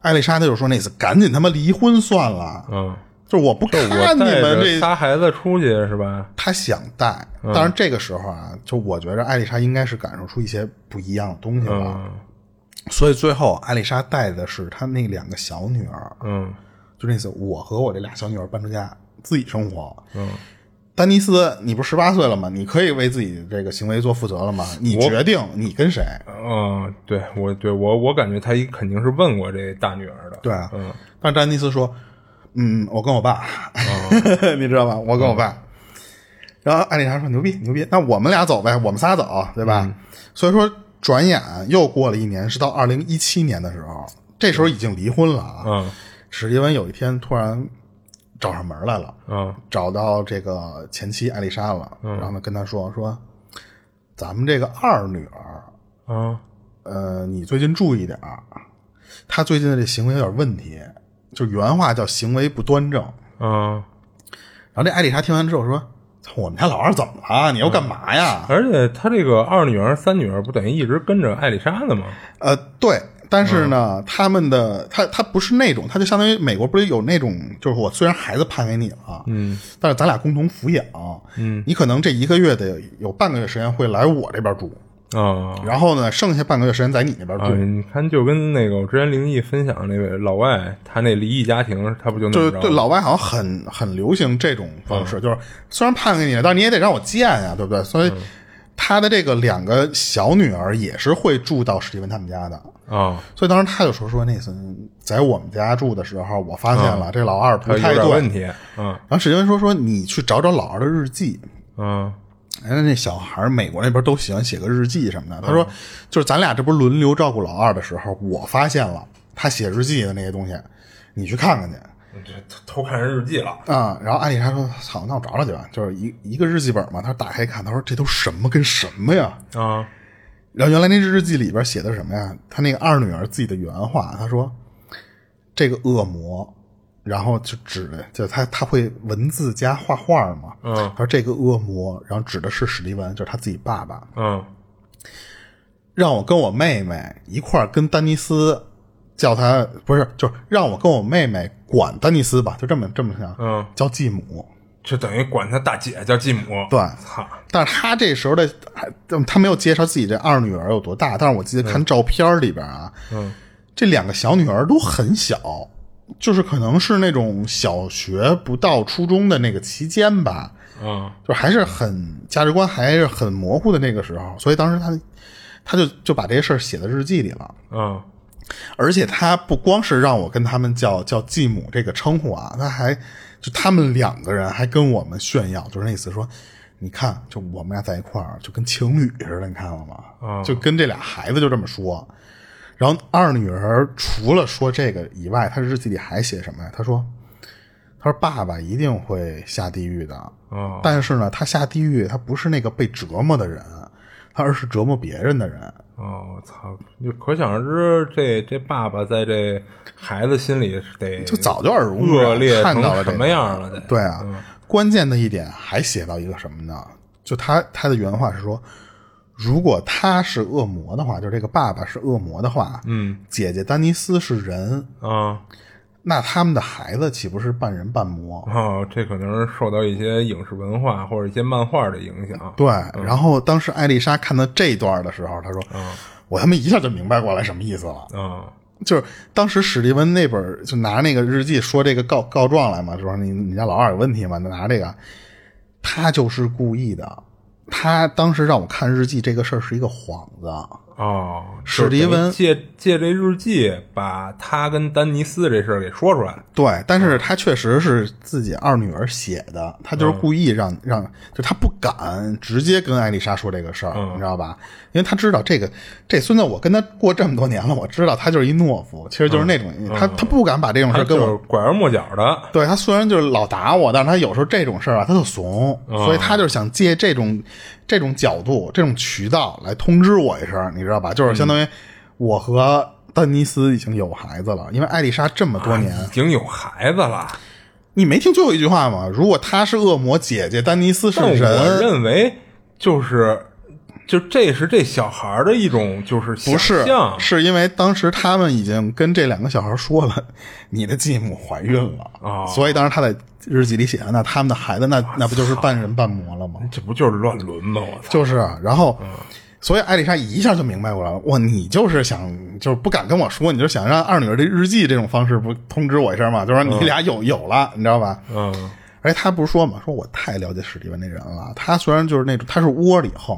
S2: 艾丽莎她就说：“那次赶紧他妈离婚算了，
S3: 嗯，
S2: 就是我不
S3: 就
S2: 看
S3: 我
S2: 你
S3: 带
S2: 们
S3: 着
S2: 这。
S3: 仨孩子出去是吧”？
S2: 她想带，
S3: 嗯
S2: 但是这个时候啊，就我觉着艾丽莎应该是感受出一些不一样的东西了，
S3: 嗯
S2: 所以最后艾丽莎带的是她那两个小女儿，
S3: 嗯
S2: 就那次我和我这俩小女儿搬出家自己生活。
S3: 嗯，
S2: 丹尼斯，你不是十八岁了吗？你可以为自己这个行为做负责了吗？你
S3: 我
S2: 决定你跟谁？
S3: 哦，对我对我我感觉他一肯定是问过这大女儿的，
S2: 对啊
S3: 嗯
S2: 但是丹尼斯说：“嗯，我跟我爸，
S3: 嗯
S2: 你知道吧？我跟我爸。然后艾丽莎说：“牛逼，牛逼！那我们俩走呗，我们仨走，对
S3: 嗯
S2: 吧？”所以说，转眼又过了一年，是到二零一七年的时候，这时候已经离婚了啊。
S3: 嗯
S2: 史蒂文有一天突然找上门来了，
S3: 嗯
S2: 找到这个前妻艾丽莎了，然后呢跟她说：“说咱们这个二女儿，
S3: 嗯
S2: 呃，你最近注意点儿，他最近的这行为有点问题，就原话叫行为不端正。
S3: 嗯，
S2: 然后这艾丽莎听完之后说：“操我们家老二怎么了？你又干嘛呀
S3: 而且他这个二女儿、三女儿不等于一直跟着艾丽莎的吗？？”
S2: 呃，对，但是呢，他们的他他不是那种，他就相当于美国不是有那种，就是我虽然孩子判给你了，嗯，但是咱俩共同抚养，嗯，你可能这一个月的有半个月时间会来我这边住，
S3: 啊、
S2: 然后呢，剩下半个月时间在哦你那边住。
S3: 啊，你看，就跟那个我之前灵异分享那位老外，他那离异家庭，他不就那
S2: 就
S3: 么
S2: 是
S3: 着吗？
S2: 对老外好像很很流行这种方式，就是虽然判给你了，但是你也得让我见呀，对不对？所以他的这个两个小女儿也是会住到史蒂文他们家的，
S3: 啊，
S2: 所以当时他就说说那次在我们家住的时候，我发现了这老二
S3: 他
S2: 不
S3: 嗯有
S2: 太
S3: 点问
S2: 对。
S3: 题，嗯
S2: 然后史蒂文说说你去找找老二的日记，
S3: 嗯
S2: 人家那小孩儿美国那边都喜欢写个日记什么
S3: 嗯
S2: 的。他说，就是咱俩这不是轮流照顾老二的时候，我发现了他写日记的那些东西，你去看看去。
S3: 偷偷看人日记了，
S2: 啊、然后艾丽莎说：“操，那我找找去吧。”就是一一个日记本嘛，她打开看，她说：“这都什么跟什么呀
S3: 啊？”
S2: 然后原来那日记里边写的是什么呀？她那个二女儿自己的原话，她说：“这个恶魔，然后就指的，就她她会文字加画画嘛。
S3: 嗯
S2: 她说这个恶魔，然后指的是史蒂文，就是她自己爸爸，
S3: 嗯
S2: 让我跟我妹妹一块儿跟丹尼斯叫他不是，就是让我跟我妹妹管丹尼斯吧，就这么这么想，
S3: 嗯，
S2: 叫继母。”
S3: 就等于管他大姐叫继母，
S2: 对
S3: 操，
S2: 但是他这时候的，还他没有介绍自己这二女儿有多大，但是我记得看照片里边啊，
S3: 嗯
S2: 这两个小女儿都很小，就是可能是那种小学不到初中的那个期间吧，
S3: 嗯
S2: 就还是很价值观还是很模糊的那个时候，所以当时他他就就把这些事儿写在日记里了。
S3: 嗯
S2: 而且他不光是让我跟他们叫叫继母这个称呼啊，他还就他们两个人还跟我们炫耀，就是那意思说，你看，就我们俩在一块儿就跟情侣似的，你看了吗？
S3: 哦
S2: 就跟这俩孩子就这么说。然后二女儿除了说这个以外，她日记里还写什么呀？她说：“她说爸爸一定会下地狱的，
S3: 嗯
S2: 但是呢，他下地狱他不是那个被折磨的人，他而是折磨别人的人。”
S3: 哦，我操，就可想而知，这这爸爸在这孩子心里是得
S2: 就早就耳濡目
S3: 恶
S2: 染
S3: 劣
S2: 看
S3: 成
S2: 到了这
S3: 什
S2: 个
S3: 么样了得嗯
S2: 对啊，关键的一点还写到一个什么呢？就他他的原话是说，如果他是恶魔的话，就是这个爸爸是恶魔的话，
S3: 嗯，
S2: 姐姐丹尼斯是人，
S3: 啊。
S2: 那他们的孩子岂不是半人半魔？
S3: 哦，这可能是受到一些影视文化或者一些漫画的影响。
S2: 对，然后当时艾丽莎看到这段的时候，她说：“我他妈一下就明白过来什么意思了。”
S3: 嗯，
S2: 就是当时史蒂文那本儿就拿那个日记说这个告告状来嘛，就说你你家老二有问题嘛，就拿这个，他就是故意的，他当时让我看日记这个事儿是一个幌子，
S3: 哦，
S2: 史
S3: 就是
S2: 蒂
S3: 等于
S2: 文
S3: 借借这日记把他跟丹尼斯这事儿给说出来，
S2: 对，但是他确实是自己二女儿写的，他
S3: 嗯
S2: 就是故意让、让，就他不敢直接跟艾丽莎说这个事儿，
S3: 嗯
S2: 你知道吧？因为他知道这个这孙子，我跟他过这么多年了，我知道他就是一懦夫，其实就是那种、他他不敢把这种事
S3: 嗯他
S2: 儿跟
S3: 就
S2: 我
S3: 是拐弯抹角的，
S2: 对他虽然就是老打我，但是他有时候这种事儿啊，他就怂，
S3: 嗯
S2: 所以他就是想借这种这种角度、这种渠道来通知我一声，你知道吧？就是相
S3: 嗯
S2: 当于我和丹尼斯已经有孩子了，因为艾丽莎这么多年，
S3: 已经有孩子了。
S2: 你没听最后一句话吗？如果他是恶魔姐姐，丹尼斯是
S3: 但我
S2: 人，
S3: 认为就是就这是这小孩儿的一种就是
S2: 不是
S3: 想象？
S2: 是因为当时他们已经跟这两个小孩说了，你的继母怀孕了，
S3: 哦
S2: 所以当时他在日记里写的，那他们的孩子，那那不就是半人半魔了吗？
S3: 这不就是乱伦吗？我操！
S2: 就是，然后，所以艾丽莎一下就明白过来了，哇，你就是想，就是不敢跟我说，你就想让二女儿这日记这种方式不通知我一声嘛，就说你俩有、有了，你知道吧？
S3: 嗯，
S2: 而且他不是说嘛，说我太了解史蒂文这人了，他虽然就是那种他是窝里横，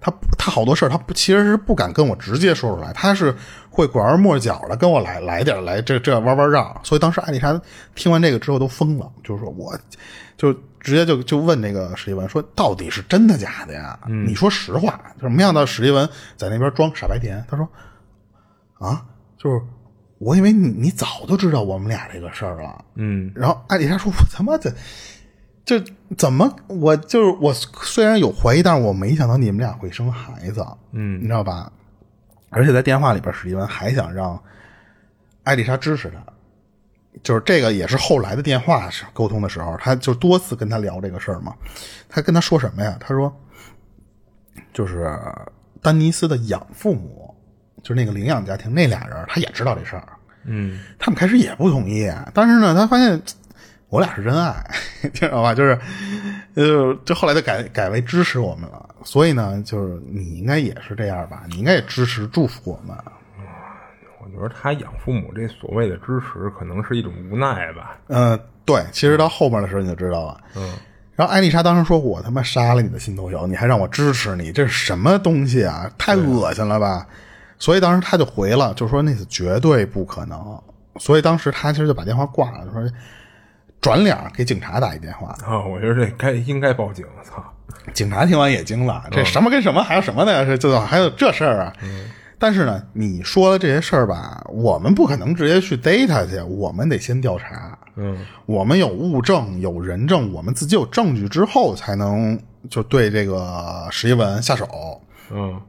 S2: 他不他好多事儿他不其实是不敢跟我直接说出来，他是会拐弯抹角的跟我来来点儿来这这弯弯绕，所以当时艾丽莎听完这个之后都疯了，就是说我就直接就就问这个史蒂文说到底是真的假的呀？你说实话，就是没想到史蒂文在那边装傻白甜，他说啊，就是我以为你你早就知道我们俩这个事儿了，
S3: 嗯，
S2: 然后艾丽莎说：“我他妈的，这怎么我就是我虽然有怀疑，但是我没想到你们俩会生孩子，
S3: 嗯
S2: 你知道吧？而且在电话里边，史蒂文还想让艾丽莎支持他，就是这个也是后来的电话是沟通的时候，他就多次跟他聊这个事儿嘛。他跟他说什么呀？他说，就是丹尼斯的养父母，就是那个领养家庭那俩人，他也知道这事儿，
S3: 嗯，
S2: 他们开始也不同意，但是呢，他发现我俩是真爱， 知道吧？就是，呃，这后来就改改为支持我们了。所以呢，就是你应该也是这样吧？你应该也支持祝福我们。
S3: 我觉得他养父母这所谓的支持，可能是一种无奈吧。
S2: 呃，对，其实到后面的时候你就知道了。嗯。然后艾丽莎当时说：“我他妈杀了你的心都有，你还让我支持你，这是什么东西啊？太恶心了吧！”所以当时他就回了，就说那是绝对不可能。所以当时他其实就把电话挂了，就说转脸给警察打一电话。
S3: 啊，我觉得这该应该报警。我操！
S2: 警察听完也惊了，这什么跟什么，还有什么呢？这这还有这事儿啊？但是呢，你说了这些事儿吧，我们不可能直接去逮他去，我们得先调查。
S3: 嗯，
S2: 我们有物证、有人证，我们自己有证据之后，才能就对这个史一文下手。
S3: 嗯，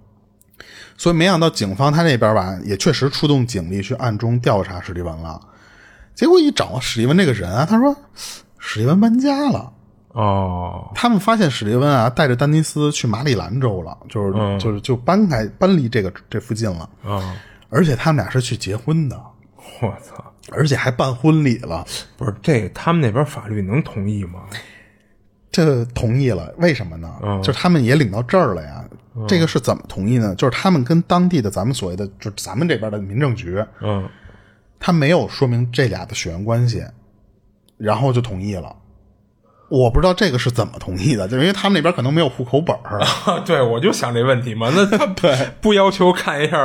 S2: 所以没想到警方他那边吧，也确实出动警力去暗中调查史蒂文了。结果一找史蒂文这个人啊，他说史蒂文搬家了。
S3: 哦，
S2: 他们发现史蒂文啊带着丹尼斯去马里兰州了，就是、就是就搬开搬离这个这附近了，
S3: 啊，
S2: 而且他们俩是去结婚的，
S3: 我操！
S2: 而且还办婚礼了，
S3: 不是这他们那边法律能同意吗？
S2: 这同意了，为什么呢？就是他们也领到这儿了呀。这个是怎么同意呢？就是他们跟当地的咱们所谓的，就是咱们这边的民政局，
S3: 嗯，
S2: 他没有说明这俩的血缘关系，然后就同意了。我不知道这个是怎么同意的，就是因为他们那边可能没有户口本儿，
S3: 啊对，我就想这问题嘛。那他 对不要求看一下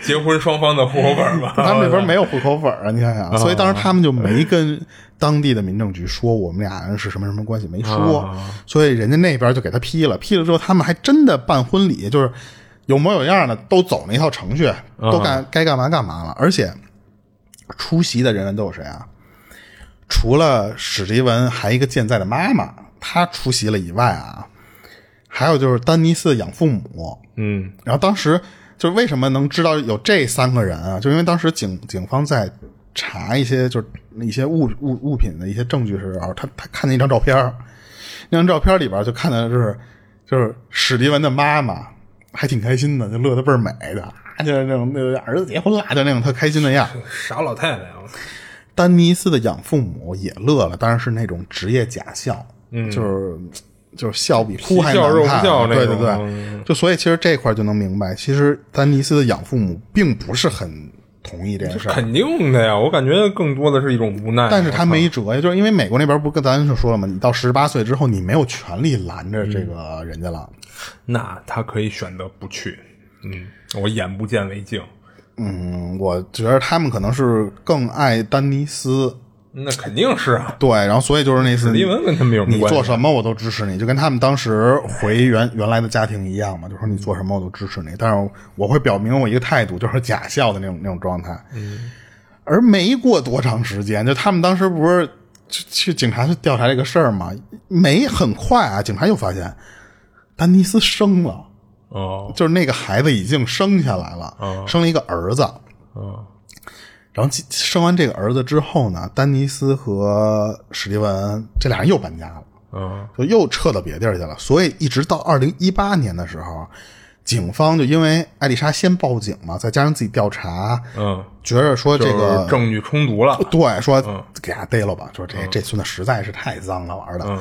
S3: 结婚双方的户口本吗？
S2: 他们那边没有户口本儿啊，你想想，所以当时他们就没跟当地的民政局说我们俩人是什么什么关系，没说，所以人家那边就给他批了，批了之后他们还真的办婚礼，就是有模有样的，都走那一套程序，都干该干嘛干嘛了，而且出席的人员都有谁啊？除了史迪文，还有一个健在的妈妈，她出席了以外啊，还有就是丹尼斯的养父母，
S3: 嗯
S2: 然后当时就是为什么能知道有这三个人啊？就因为当时警警方在查一些就是一些物物物品的一些证据的时候，他他看见一张照片儿，那张照片里边儿就看的是就是史蒂文的妈妈，还挺开心的，就乐得倍儿美的，啊就是那种那个儿子结婚啦，就那种特开心的样儿。
S3: 傻老太啊太，我操！
S2: 丹尼斯的养父母也乐了，当然是那种职业假笑，嗯，就是就是笑比哭还难
S3: 皮笑肉不
S2: 看，啊
S3: 笑那
S2: 对对
S3: 种
S2: 对，
S3: 嗯
S2: 就所以其实这块就能明白，其实丹尼斯的养父母并不是很同意这件事儿。
S3: 肯定的呀，我感觉更多的是一种无奈。
S2: 但是他没辙呀，就是因为美国那边不跟咱就说了吗？你到十八岁之后，你没有权利拦着这个人家了。
S3: 那他可以选择不去。嗯，我眼不见为净。
S2: 嗯，我觉得他们可能是更爱丹尼斯，
S3: 那肯定是啊，
S2: 对，然后所以就是那次
S3: 史蒂文跟他们有什么
S2: 你
S3: 关系
S2: 做什么我都支持你，就跟他们当时回原原来的家庭一样嘛，就说你做什么我都支持你，但是我会表明我一个态度，就是假笑的那种那种状态。嗯，而没过多长时间，就他们当时不是去去警察去调查这个事儿嘛，没很快啊，警察又发现丹尼斯生了，
S3: 哦，
S2: 就是那个孩子已经生下来了，生了一个儿子。
S3: 哦，
S2: 然后继生完这个儿子之后呢，丹尼斯和史蒂文这俩人又搬家了，
S3: 哦，
S2: 就又撤到别地儿去了。所以一直到二零一八年的时候，警方就因为艾丽莎先报警嘛，再加上自己调查，
S3: 嗯，
S2: 觉着说这
S3: 就是嗯
S2: 个
S3: 证据充足了，
S2: 对，说给他逮了吧，说这
S3: 嗯
S2: 这孙子实在是太脏了玩儿的。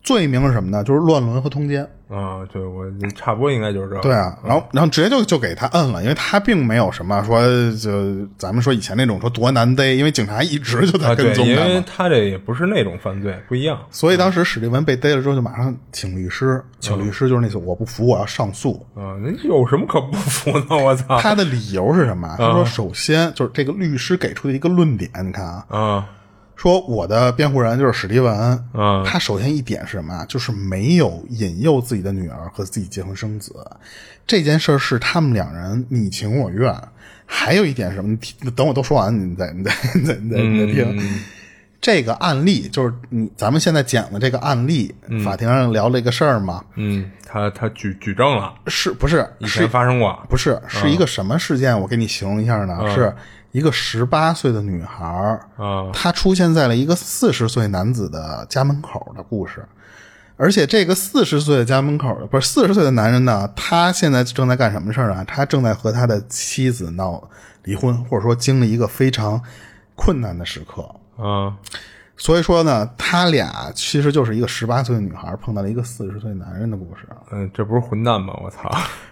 S2: 罪名是什么呢？就是乱伦和通奸。
S3: 啊，对我差不多应该就是这个。
S2: 对啊，然后然后直接就就给他摁了，因为他并没有什么说就咱们说以前那种说多难逮，因为警察一直就在
S3: 啊，
S2: 跟
S3: 对，
S2: 踪
S3: 因
S2: 他嘛
S3: 为。他这也不是那种犯罪，不一样。
S2: 所以当时史蒂文被逮了之后，就马上请律
S3: 嗯
S2: 师，请律师就是那次我不服，我要上诉。
S3: 啊，那有什么可不服的？我操！
S2: 他的理由是什么啊？他说，首先就是这个律师给出的一个论点，你看啊，
S3: 啊，
S2: 说我的辩护人就是史蒂文，
S3: 嗯
S2: 他首先一点是什么啊？就是没有引诱自己的女儿和自己结婚生子，这件事儿是他们两人你情我愿。还有一点是什么？你听等我都说完，你再你再你再你再你
S3: 嗯
S2: 再听。这个案例就是你咱们现在讲的这个案例，法庭上聊了一个事儿嘛，
S3: 嗯，他他举举证了，
S2: 是不是
S3: 以
S2: 是
S3: 前发生过。
S2: 不是是一个什么事件？我给你形容一下呢，是一个十八岁的女孩儿，
S3: 啊
S2: 她出现在了一个四十岁男子的家门口的故事。而且这个四十岁的家门口的不是四十岁的男人呢，他现在正在干什么事儿啊？他正在和他的妻子闹离婚，或者说经历一个非常困难的时刻。
S3: 啊
S2: 所以说呢，他俩其实就是一个十八岁的女孩碰到了一个四十岁男人的故事，
S3: 嗯，这不是混蛋吗？我操！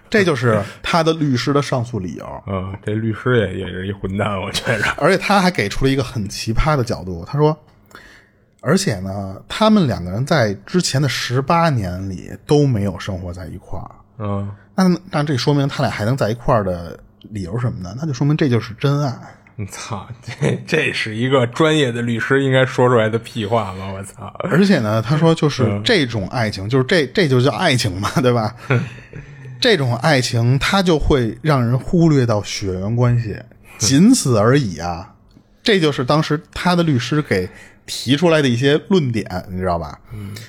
S2: 这就是他的律师的上诉理由。
S3: 嗯，这律师也也是一混蛋，我觉着。
S2: 而且他还给出了一个很奇葩的角度，他说，而且呢，他们两个人在之前的十八年里都没有生活在一块儿，
S3: 嗯，
S2: 那那这说明他俩还能在一块儿的理由是什么呢？那就说明这就是真爱。
S3: 你嗯操，这这是一个专业的律师应该说出来的屁话吗？我操！
S2: 而且呢，他说
S3: 嗯
S2: 就是这种爱情，就是这这就叫爱情嘛，对 吧？这种爱情，它就会让人忽略到血缘关 系，仅此而已啊！这就是当时他的律师给提出来的一些论点，你知道吧？嗯。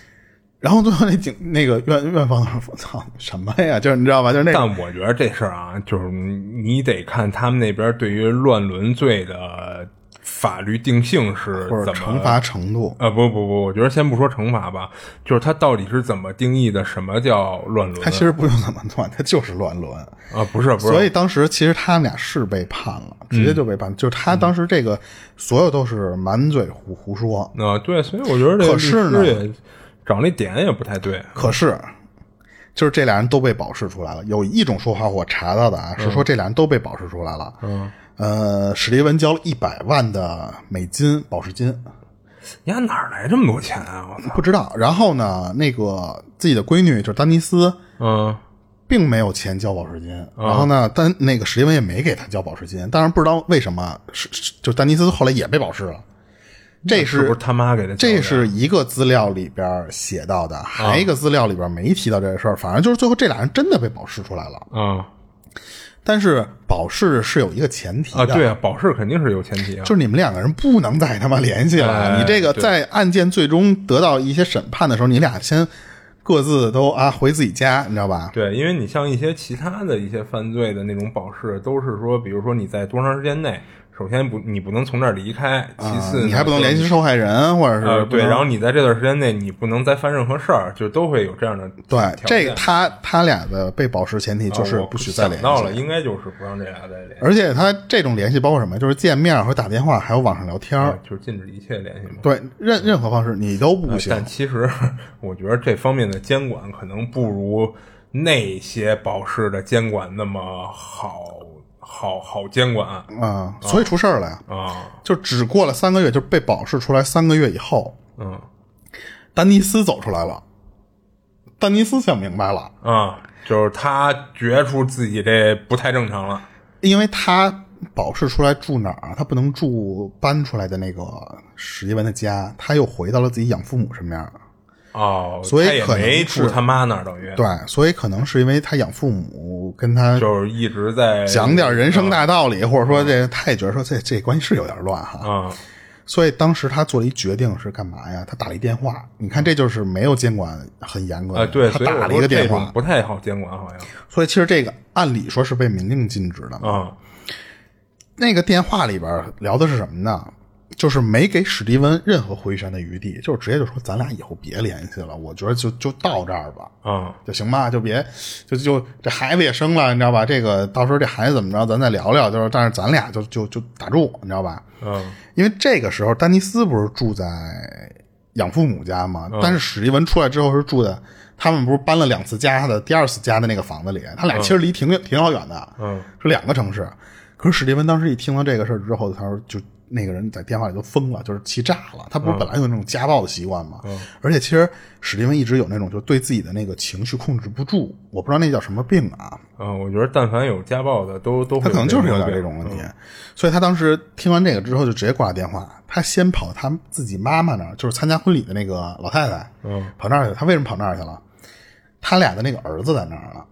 S2: 然后最后那警那个院院方说：“我操，什么呀？就是你知道吧？就是那种
S3: 但我觉得这事儿啊，就是你得看他们那边对于乱伦罪的法律定性是
S2: 或者
S3: 怎么
S2: 惩罚程度，
S3: 啊、不不不，我觉得先不说惩罚吧，就是它到底是怎么定义的？什么叫乱伦？
S2: 他其实不用怎么断，他就是乱伦。
S3: 啊，不是不是，
S2: 所以当时其实他们俩是被判了，直接就被判。就是他当时这个所有都是满嘴胡胡说，
S3: 啊、对，所以我觉得这
S2: 可
S3: 律
S2: 是
S3: 师
S2: 呢
S3: 也找那点也不太对。
S2: 可是就是这俩人都被保释出来了。有一种说法我查到的啊，是说这俩人都被保释出来了。嗯，呃，史蒂文交了一百万的美金保释金，
S3: 你家哪儿来这么多钱啊？我操！
S2: 不知道。然后呢，那个自己的闺女就是丹尼斯。
S3: 嗯
S2: 并没有钱交保释金，
S3: 啊
S2: 然后呢，丹那个史蒂文也没给他交保释金，当然不知道为什么，是是就丹尼斯后来也被保释了，这
S3: 是不是他妈给他交的呀？
S2: 这是一个资料里边写到
S3: 啊
S2: 的，还有一个资料里边没提到这事儿。反正就是最后这俩人真的被保释出来了，
S3: 啊
S2: 但是保释是有一个前提的，
S3: 啊，对啊，保释肯定是有前提啊
S2: 就。是你们两个人不能再他妈联系了。
S3: 哎
S2: 你这个
S3: 对
S2: 在案件最终得到一些审判的时候，你俩先各自都啊回自己家，你知道吧？
S3: 对，因为你像一些其他的一些犯罪的那种保释，都是说，比如说你在多长时间内，首先不你不能从这儿离开，其次、
S2: 啊你还不能联
S3: 系。
S2: 系受害人，或者
S3: 呃，
S2: 是不
S3: 对，
S2: 能
S3: 然后你在这段时间内，你不能再犯任何事儿，就都会有这样的
S2: 对
S3: 条件
S2: 这个他他俩的被保释前提就是
S3: 啊我
S2: 不许再联
S3: 想
S2: 系
S3: 到了，应该就是不让这俩再联系，
S2: 而且他这种联系包括什么？就是见面和打电话，还有网上聊天儿。
S3: 就是禁止一切联系嘛。啊
S2: 对，任任何方式你都不行。
S3: 但其实 我觉得这方面的监管可能不如那些保释的监管那么好好好监管啊
S2: 啊，所以出事儿了呀。就只过了三个月，就被保释出来三个月以后，
S3: 嗯
S2: 丹尼斯走出来了。丹尼斯想明白了，
S3: 啊，就是他觉出自己这不太正常了
S2: 因为他保释出来住哪儿啊？他不能住搬出来的那个史蒂文的家，他又回到了自己养父母身边。
S3: 哦，
S2: 所以
S3: 他也
S2: 可能
S3: 没
S2: 是
S3: 住他妈那儿，等于
S2: 对，所以可能是因为他养父母跟他
S3: 就是嗯一直在
S2: 讲点人生大道理，或者说这他也觉得说这这关系是有点乱哈。
S3: 啊
S2: 所以当时他做了一决定是干嘛呀？他打了一电话，你看这就是没有监管很严格的，
S3: 嗯啊，对，
S2: 呃他
S3: 所以
S2: 打了
S3: 我
S2: 一个
S3: 说这
S2: 电
S3: 种
S2: 话，
S3: 不太好监管，好像
S2: 所以其实这个按理说是被明令禁止的嘛。
S3: 啊
S2: 那个电话里边聊的是什么呢？就是没给史蒂文任何回旋的余地，就是直接就说咱俩以后别联系了，我觉得就就到这儿吧，
S3: 啊
S2: 就行吧，就别就就这孩子也生了，你知道吧？这个到时候这孩子怎么着，咱再聊聊。就是但是咱俩就就就打住，你知道吧？
S3: 嗯
S2: 因为这个时候丹尼斯不是住在养父母家吗？但是史蒂文出来之后是住在他们不是搬了两次家的第二次家的那个房子里，他俩其实离挺远、挺老远的，
S3: 嗯，
S2: 是两个城市。可是史蒂文当时一听到这个事儿之后，他说就那个人在电话里就疯了，就是气炸了。他不是本来有那种家暴的习惯吗？而且其实史蒂文一直有那种就对自己的那个情绪控制不住，我不知道那叫什么病啊。
S3: 嗯，我觉得但凡有家暴的，都都
S2: 他
S3: 会
S2: 可能
S3: 这
S2: 就是有
S3: 毛
S2: 点
S3: 病
S2: 这种问题，所以他当时听完这个之后就直接挂了电话。他先跑他自己妈妈那儿，就是参加婚礼的那个老太太，
S3: 嗯，
S2: 跑那儿去了。他为什么跑那儿去了？他俩的那个儿子在那儿了，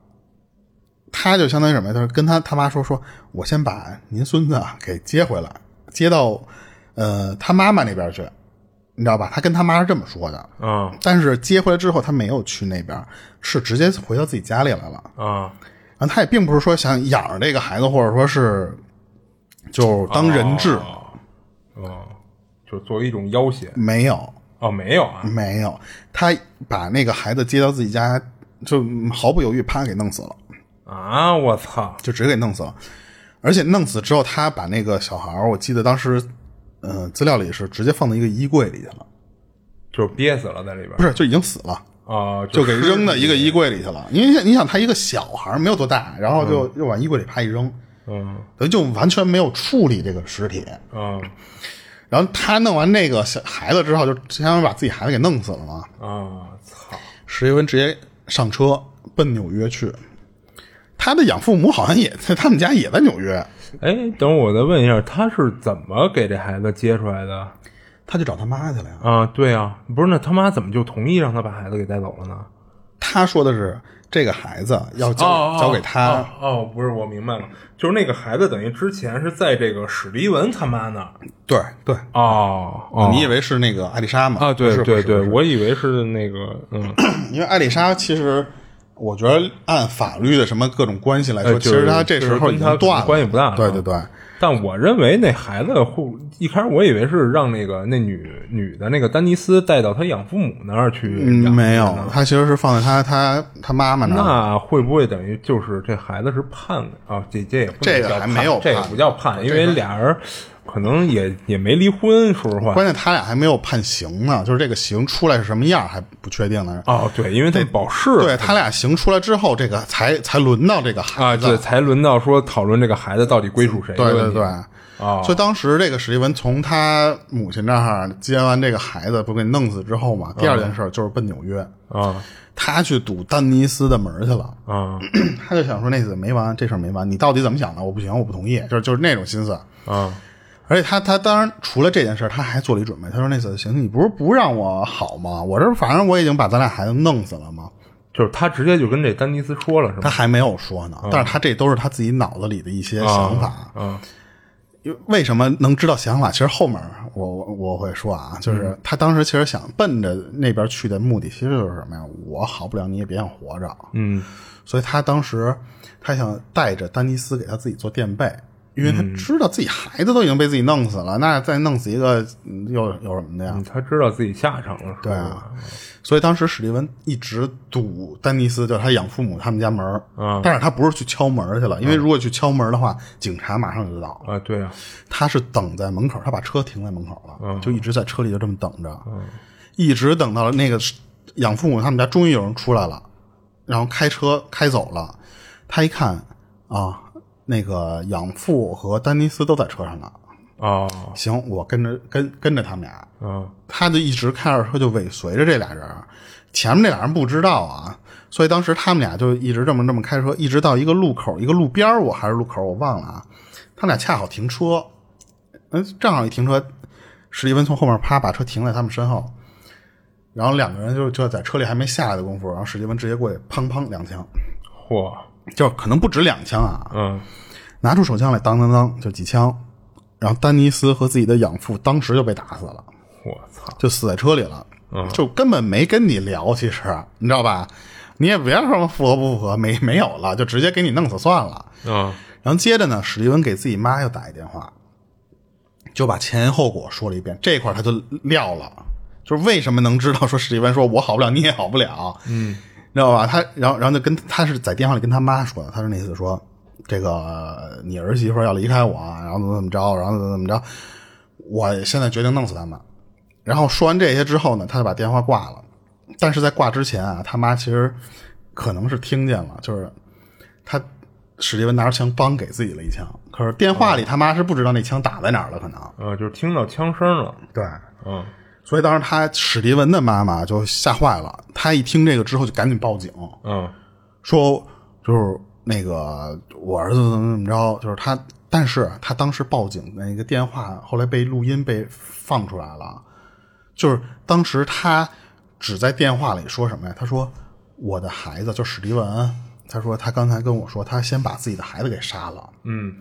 S2: 他就相当于什么呀？就是跟他他妈说说，我先把您孙子啊给接回来，接到呃他妈妈那边去，你知道吧？他跟他妈是这么说的。
S3: 啊
S2: 但是接回来之后，他没有去那边，是直接回到自己家里来了。
S3: 啊
S2: 然后他也并不是说想养着这个孩子，或者说是就当人质，
S3: 哦，哦就作为一种要挟
S2: 没有
S3: 哦，没有啊，
S2: 没有，他把那个孩子接到自己家，就毫不犹豫啪给弄死了，
S3: 啊，我操，
S2: 就直接给弄死了。而且弄死之后，他把那个小孩儿，我记得当时，呃，资料里是直接放到一个衣柜里去了，
S3: 就是憋死了在里边
S2: 不是就已经死了，
S3: 啊，
S2: 就给
S3: 是
S2: 扔到一个衣柜里去了。因为你想你想他一个小孩儿没有多大，然后就又往衣柜里啪一扔，
S3: 嗯
S2: 等于就完全没有处理这个尸体。
S3: 嗯
S2: 然后他弄完那个小孩子之后，就相当于把自己孩子给弄死了嘛。
S3: 啊，操，
S2: 史蒂文直接上车奔纽约去，他的养父母好像也 在，他们家也在纽约，
S3: 哎，等会儿我再问一下，他是怎么给这孩子接出来的
S2: 他就找他妈去了呀。
S3: 啊？对啊，不是那他妈怎么就同意让他把孩子给带走了呢？
S2: 他说的是这个孩子要交、
S3: 哦
S2: 交给他，
S3: 哦哦，不是，我明白了，就是那个孩子等于之前是在这个史迪文他妈那儿。
S2: 对对、
S3: 哦哦，
S2: 你以为是那个艾丽莎吗？
S3: 啊？
S2: 不
S3: 对
S2: 是
S3: 对
S2: 不是
S3: 对，
S2: 不是
S3: 我以为是那个嗯，
S2: 因为艾丽莎其实。我觉得按法律的什么各种关系来说，
S3: 呃就
S2: 其
S3: 是
S2: 实他这时候已经
S3: 就是跟
S2: 断
S3: 他
S2: 了，
S3: 关系不大了
S2: 对对对，
S3: 但我认为那孩子互一开始我以为是让那个那女女的那个丹尼斯带到他养父母那儿去
S2: 嗯，
S3: 养
S2: 没有，他其实是放在他他他妈妈那儿。
S3: 那会不会等于就是这孩子是判的啊？这这也不能
S2: 这个
S3: 叫
S2: 还
S3: 判
S2: 没有
S3: 这个
S2: 判
S3: 不叫判，因为俩人可能也也没离婚，说实话。
S2: 关键他俩还没有判刑呢，就是这个刑出来是什么样还不确定呢。
S3: 哦，对，因为他们保释
S2: 对他俩刑出来之后，这个才才轮到这个
S3: 啊，
S2: 孩子。
S3: 对，才轮到说讨论这个孩子到底归属谁的
S2: 对
S3: 问题。
S2: 对对
S3: 哦
S2: 所以当时这个史蒂文从他母亲那儿接完这个孩子，不给弄死之后嘛，第
S3: 嗯
S2: 二件事就是奔纽约，
S3: 啊
S2: 他去堵丹尼斯的门儿去了。
S3: 啊
S2: 他就想说那次没完，这事儿没完，你到底怎么想的？我不行，我不同意，就是就是那种心思。
S3: 啊
S2: 而且他他当然除了这件事儿，他还做了一准备。他说那次行，你不是不让我好吗？我这反正我已经把咱俩孩子弄死了吗？
S3: 就是他直接就跟这丹尼斯说了，是
S2: 他
S3: 吗？
S2: 还没有说呢，但是他这都是他自己脑子里的一些想法。
S3: 嗯啊
S2: 因为为什么能知道想法？其实后面我我我会说啊，
S3: 嗯
S2: 就是他当时其实想奔着那边去的目的，其实就是什么呀？我好不了，你也别想活着。
S3: 嗯
S2: 所以他当时他想带着丹尼斯给他自己做垫背，因为他知道自己孩子都已经被自己弄死了，那再弄死一个嗯又有什么的呀？
S3: 嗯他知道自己下场了，是
S2: 对
S3: 吧
S2: 啊？，所以当时史蒂文一直堵丹尼斯，就是他养父母他们家门儿
S3: 嗯
S2: 但是他不是去敲门儿去了，因为如果去敲门儿的话，警察马上就到。
S3: 啊，对啊，
S2: 他是等在门口，他把车停在门口了，
S3: 嗯
S2: 就一直在车里就这么等着，一直等到了那个养父母他们家终于有人出来了，然后开车开走了。他一看啊，那个养父和丹尼斯都在车上呢。
S3: 哦，
S2: 行，我跟着跟跟着他们俩，
S3: 嗯，
S2: 他就一直开着车就尾随着这俩人儿，前面那俩人不知道啊，所以当时他们俩就一直这么这么开车，一直到一个路口，一个路边儿，我还是路口，我忘了啊，他们俩恰好停车，嗯，正好一停车，史蒂文从后面啪把车停在他们身后，然后两个人就就在车里还没下来的功夫，然后史蒂文直接过去，砰砰两枪，
S3: 嚯，
S2: 就可能不止两枪啊，
S3: 嗯，
S2: 拿出手枪来，当当当就几枪，然后丹尼斯和自己的养父当时就被打死了。
S3: 我操，
S2: 就死在车里了，就根本没跟你聊，其实你知道吧？你也别什么复合不复合，没没有了，就直接给你弄死算了。
S3: 嗯，
S2: 然后接着呢，史蒂文给自己妈又打一电话，就把前因后果说了一遍，这块儿他就撂了，就是为什么能知道说史蒂文说我好不了，你也好不了，嗯，知道吧？他然后然后就跟他是在电话里跟他妈说的，他说那意思说这个你儿媳妇要离开我，啊然后怎么怎么着，然后怎么怎么着，我现在决定弄死他们。然后说完这些之后呢，他就把电话挂了。但是在挂之前啊，他妈其实可能是听见了，就是他史蒂文拿着枪帮给自己了一枪，可是电话里他妈是不知道那枪打在哪儿了，可能
S3: 嗯，就是听到枪声了，
S2: 对。
S3: 嗯，
S2: 所以当时他史蒂文的妈妈就吓坏了，她一听这个之后就赶紧报警，
S3: 嗯，
S2: 说就是那个我儿子怎么怎么着，就是他，但是他当时报警的那个电话后来被录音被放出来了，就是当时他只在电话里说什么呀？他说我的孩子就史蒂文，他说他刚才跟我说他先把自己的孩子给杀了，
S3: 嗯，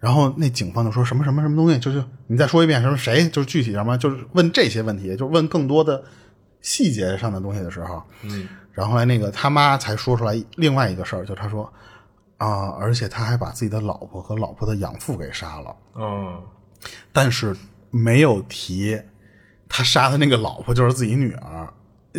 S2: 然后那警方就说什么什么什么东西，就是你再说一遍什么谁，就是具体什么，就是问这些问题，就问更多的细节上的东西的时候，嗯，然后后来那个他妈才说出来另外一个事儿，就他说啊、而且他还把自己的老婆和老婆的养父给杀了，
S3: 嗯，
S2: 但是没有提他杀的那个老婆就是自己女儿。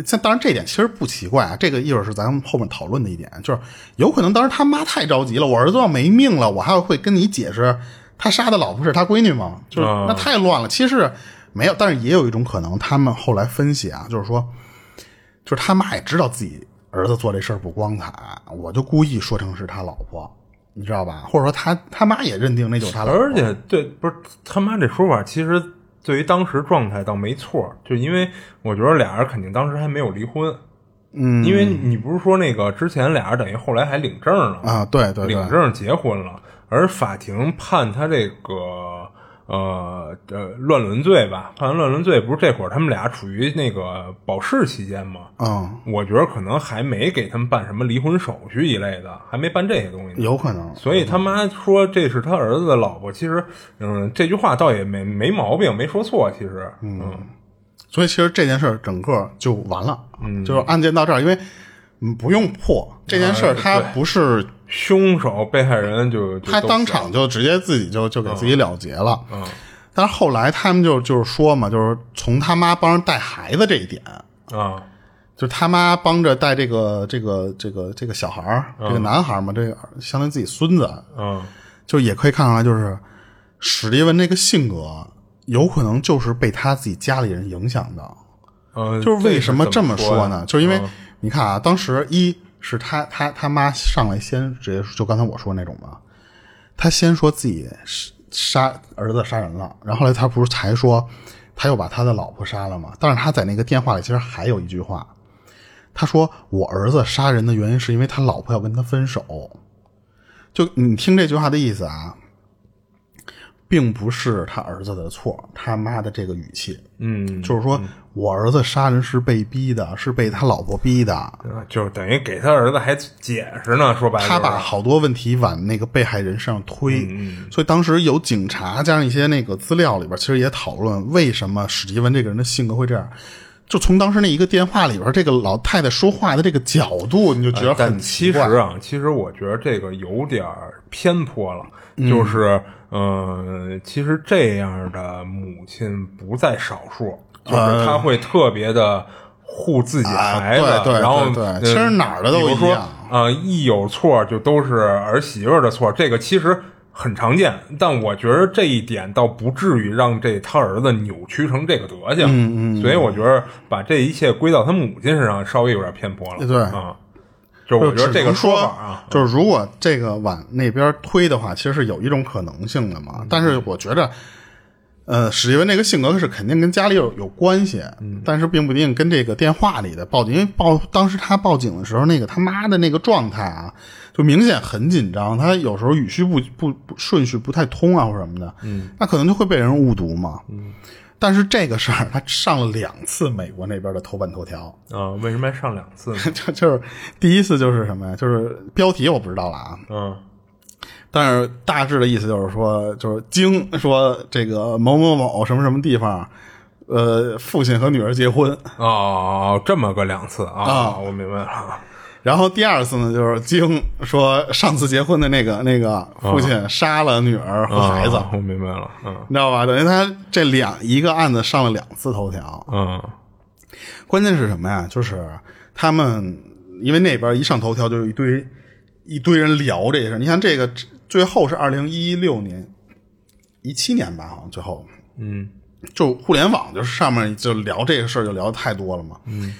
S2: 这当然这点其实不奇怪啊，这个一会儿是咱们后面讨论的一点，就是有可能当时他妈太着急了，我儿子要没命了，我还会跟你解释他杀的老婆是他闺女吗？就是
S3: 啊
S2: 那太乱了。其实没有，但是也有一种可能，他们后来分析啊，就是说，就是他妈也知道自己儿子做这事儿不光彩，我就故意说成是他老婆，你知道吧？或者说他他妈也认定那就是他老婆，
S3: 而且对，不是他妈这说法，其实对于当时状态倒没错，就因为我觉得俩人肯定当时还没有离婚，
S2: 嗯，
S3: 因为你不是说那个之前俩人等于后来还领证了吗？
S2: 啊，对对对，
S3: 领证结婚了，而法庭判他这个呃呃乱伦罪吧，判完乱伦罪不是这会儿他们俩处于那个保释期间吗？
S2: 嗯，
S3: 我觉得可能还没给他们办什么离婚手续一类的，还没办这些东西呢。
S2: 有可能。
S3: 所以他妈说这是他儿子的老婆，其实，嗯，这句话倒也没没毛病，没说错。其实，嗯
S2: 所以其实这件事儿整个就完了，啊
S3: 嗯
S2: 就是案件到这儿，因为嗯不用破这件
S3: 啊
S2: 事儿，他不是
S3: 凶手被害人就就
S2: 他
S3: 都
S2: 当
S3: 死了
S2: 场就直接自己就就给自己了结了。
S3: 嗯
S2: 但是后来他们就就是说嘛，就是从他妈帮着带孩子这一点，
S3: 啊，
S2: 就是他妈帮着带这个这个这个这个小孩儿，这个男孩儿嘛，这个相当于自己孙子，
S3: 嗯
S2: 就也可以看出来，就是史蒂文这个性格有可能就是被他自己家里人影响的。
S3: 嗯，
S2: 就是为什么
S3: 这
S2: 这
S3: 是
S2: 么
S3: 么说
S2: 说呢？就是因为
S3: 嗯
S2: 你看啊，当时一是他他他妈上来先直接说就刚才我说的那种嘛，他先说自己是杀儿子杀人了，然后后来他不是才说他又把他的老婆杀了嘛？但是他在那个电话里其实还有一句话，他说我儿子杀人的原因是因为他老婆要跟他分手。就你听这句话的意思啊，并不是他儿子的错，他妈的这个语气，
S3: 嗯，
S2: 就是说我儿子杀人是被逼的，是被他老婆逼的。
S3: 嗯就是等于给他儿子还解释呢，说白了，嗯
S2: 他把好多问题往那个被害人身上推，所以当时有警察加上一些那个资料里边，其实也讨论为什么史蒂文这个人的性格会这样。就从当时那一个电话里边，这个老太太说话的这个角度，你就觉得
S3: 呃但
S2: 很奇
S3: 其实
S2: 怪。
S3: 啊，其实我觉得这个有点儿偏颇了，
S2: 嗯
S3: 就是，呃，其实这样的母亲不在少数，就是她会特别的护自己孩子，
S2: 呃啊对对
S3: 然后
S2: 对对
S3: 呃
S2: 其实哪儿的都
S3: 比如
S2: 一
S3: 说
S2: 样
S3: 呃，一有错就都是儿媳妇儿的错，这个其实。很常见，但我觉得这一点倒不至于让这他儿子扭曲成这个德行，
S2: 嗯
S3: 嗯嗯，所以我觉得把这一切归到他母亲身上稍微有点偏颇了，
S2: 对
S3: 啊，就我觉得
S2: 只
S3: 这
S2: 能
S3: 个
S2: 说
S3: 法啊，
S2: 就是如果这个往那边推的话，其实是有一种可能性的
S3: 嗯
S2: 嘛。但是我觉着，呃，史蒂文这个性格是肯定跟家里有有关系，
S3: 嗯
S2: 但是并不一定跟这个电话里的报警，因为报当时他报警的时候，那个他妈的那个状态啊，就明显很紧张，他有时候语序不不不顺序不太通啊或什么的，嗯，那可能就会被人误读嘛，嗯。但是这个事儿，他上了两次美国那边的头版头条，
S3: 啊，为什么要上两次呢？
S2: 就就是第一次就是什么呀？就是标题我不知道了啊，
S3: 嗯
S2: 但是大致的意思就是说，就是经说这个某某某什么什么地方，呃，父亲和女儿结婚。
S3: 哦，这么个两次啊，
S2: 啊
S3: 我明白了。
S2: 然后第二次呢，就是经说上次结婚的那个那个父亲杀了女儿和孩子，
S3: 啊我明白了。嗯
S2: 你知道吧？等于他这两一个案子上了两次头条。
S3: 嗯
S2: 关键是什么呀？就是他们因为那边一上头条就有一堆一堆人聊这些事儿。你看这个最后是二零一六年、一七年吧，好像最后
S3: 嗯
S2: 就互联网就是上面就聊这个事儿就聊的太多了嘛。嗯，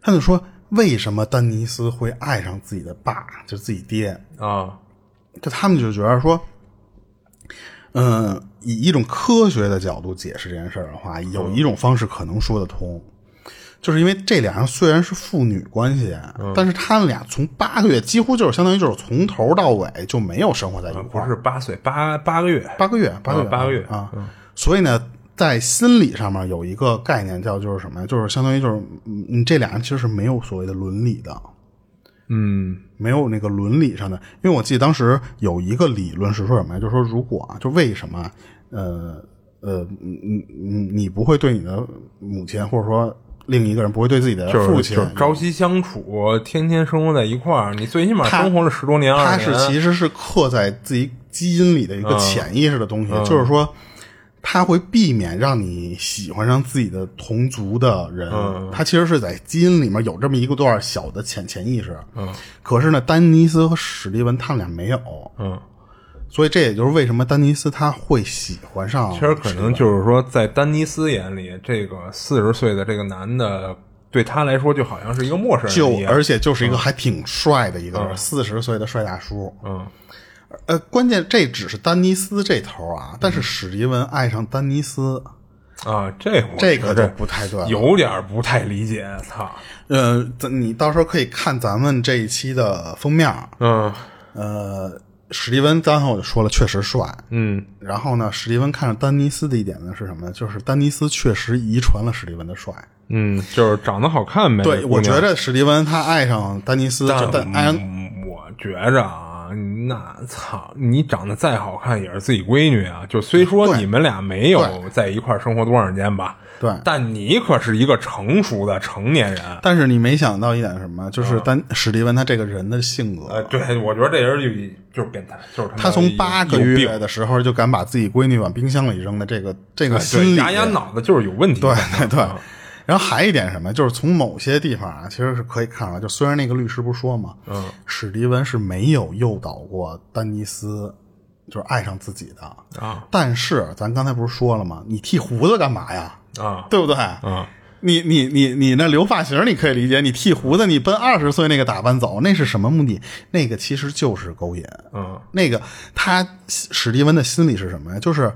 S2: 他就说为什么丹尼斯会爱上自己的爸，就是自己爹？
S3: 啊
S2: 就他们就觉得说，嗯、以一种科学的角度解释这件事儿的话，有一种方式可能说得通，就是因为这俩人虽然是父女关系，啊
S3: 嗯
S2: 但是他们俩从八个月几乎就是相当于就是从头到尾就没有生活在一块
S3: 不
S2: 儿，
S3: 是八岁八八个月
S2: 八个月，八个月，
S3: 嗯八个月嗯
S2: 啊，所以呢。在心理上面有一个概念叫就是什么呀？就是相当于就是嗯你这俩人其实是没有所谓的伦理的，
S3: 嗯
S2: 没有那个伦理上的，因为我记得当时有一个理论是说什么呀？就是说如果啊，就为什么，呃呃，你你你你不会对你的母亲，或者说另一个人不会对自己的
S3: 就是
S2: 父亲，
S3: 就是朝夕相处，天天生活在一块儿，你最起码
S2: 他
S3: 生活了十多年，
S2: 他
S3: 二十
S2: 是
S3: 年，
S2: 其实是刻在自己基因里的一个潜意识的东西，
S3: 嗯
S2: 就是说他会避免让你喜欢上自己的同族的人，
S3: 嗯
S2: 他其实是在基因里面有这么一个段小的潜潜意识。嗯，可是呢，丹尼斯和史蒂文他们俩没有。
S3: 嗯，
S2: 所以这也就是为什么丹尼斯他会喜欢上
S3: 其
S2: 史蒂
S3: 实
S2: 文，
S3: 可能就是说，在丹尼斯眼里，这个四十岁的这个男的，对他来说就好像是一个陌生人一
S2: 就
S3: 样。
S2: 而且就是一个还挺帅的一个人，四十岁的帅大叔。
S3: 嗯，
S2: 呃，关键这只是丹尼斯这头
S3: 嗯
S2: 啊，但是史蒂文爱上丹尼斯，
S3: 啊，这我
S2: 这个就
S3: 觉得
S2: 不太对了
S3: 有点儿不太理解。操，
S2: 呃，咱你到时候可以看咱们这一期的封面儿。
S3: 嗯
S2: 呃，史蒂文刚才我就说了，确实帅。
S3: 嗯
S2: 然后呢，史蒂文看上丹尼斯的一点呢是什么呢？就是丹尼斯确实遗传了史蒂文的帅。
S3: 嗯，就是长得好看呗。
S2: 对，
S3: 姑
S2: 我
S3: 娘
S2: 觉得史蒂文他爱上丹尼斯，就但爱上
S3: 嗯我觉着啊，那操，你长得再好看也是自己闺女啊。就虽说
S2: 对
S3: 你们俩没有在一块儿生活多长时间吧，
S2: 对
S3: 但你可是一个成熟的成年人。
S2: 但是你没想到一点是什么，
S3: 嗯
S2: 就是丹、史蒂文他这个人的性格，
S3: 呃，对，我觉得这人就就是变态，就是
S2: 他从八个月的时候就敢把自己闺女往冰箱里扔的这个这个心
S3: 对，
S2: 理，
S3: 牙牙脑嗯子就是有问题。
S2: 对对对。然后还一点什么，就是从某些地方啊，其实是可以看出来，就虽然那个律师不说嘛，嗯，史蒂文是没有诱导过丹尼斯，就是爱上自己的
S3: 啊。
S2: 但是咱刚才不是说了吗？你剃胡子干嘛呀？
S3: 啊
S2: 对不对？
S3: 嗯，
S2: 你你你你那留发型你可以理解，你剃胡子，你奔二十岁那个打扮走，那是什么目的？那个其实就是勾引。
S3: 嗯，
S2: 那个他史蒂文的心理是什么呀？就是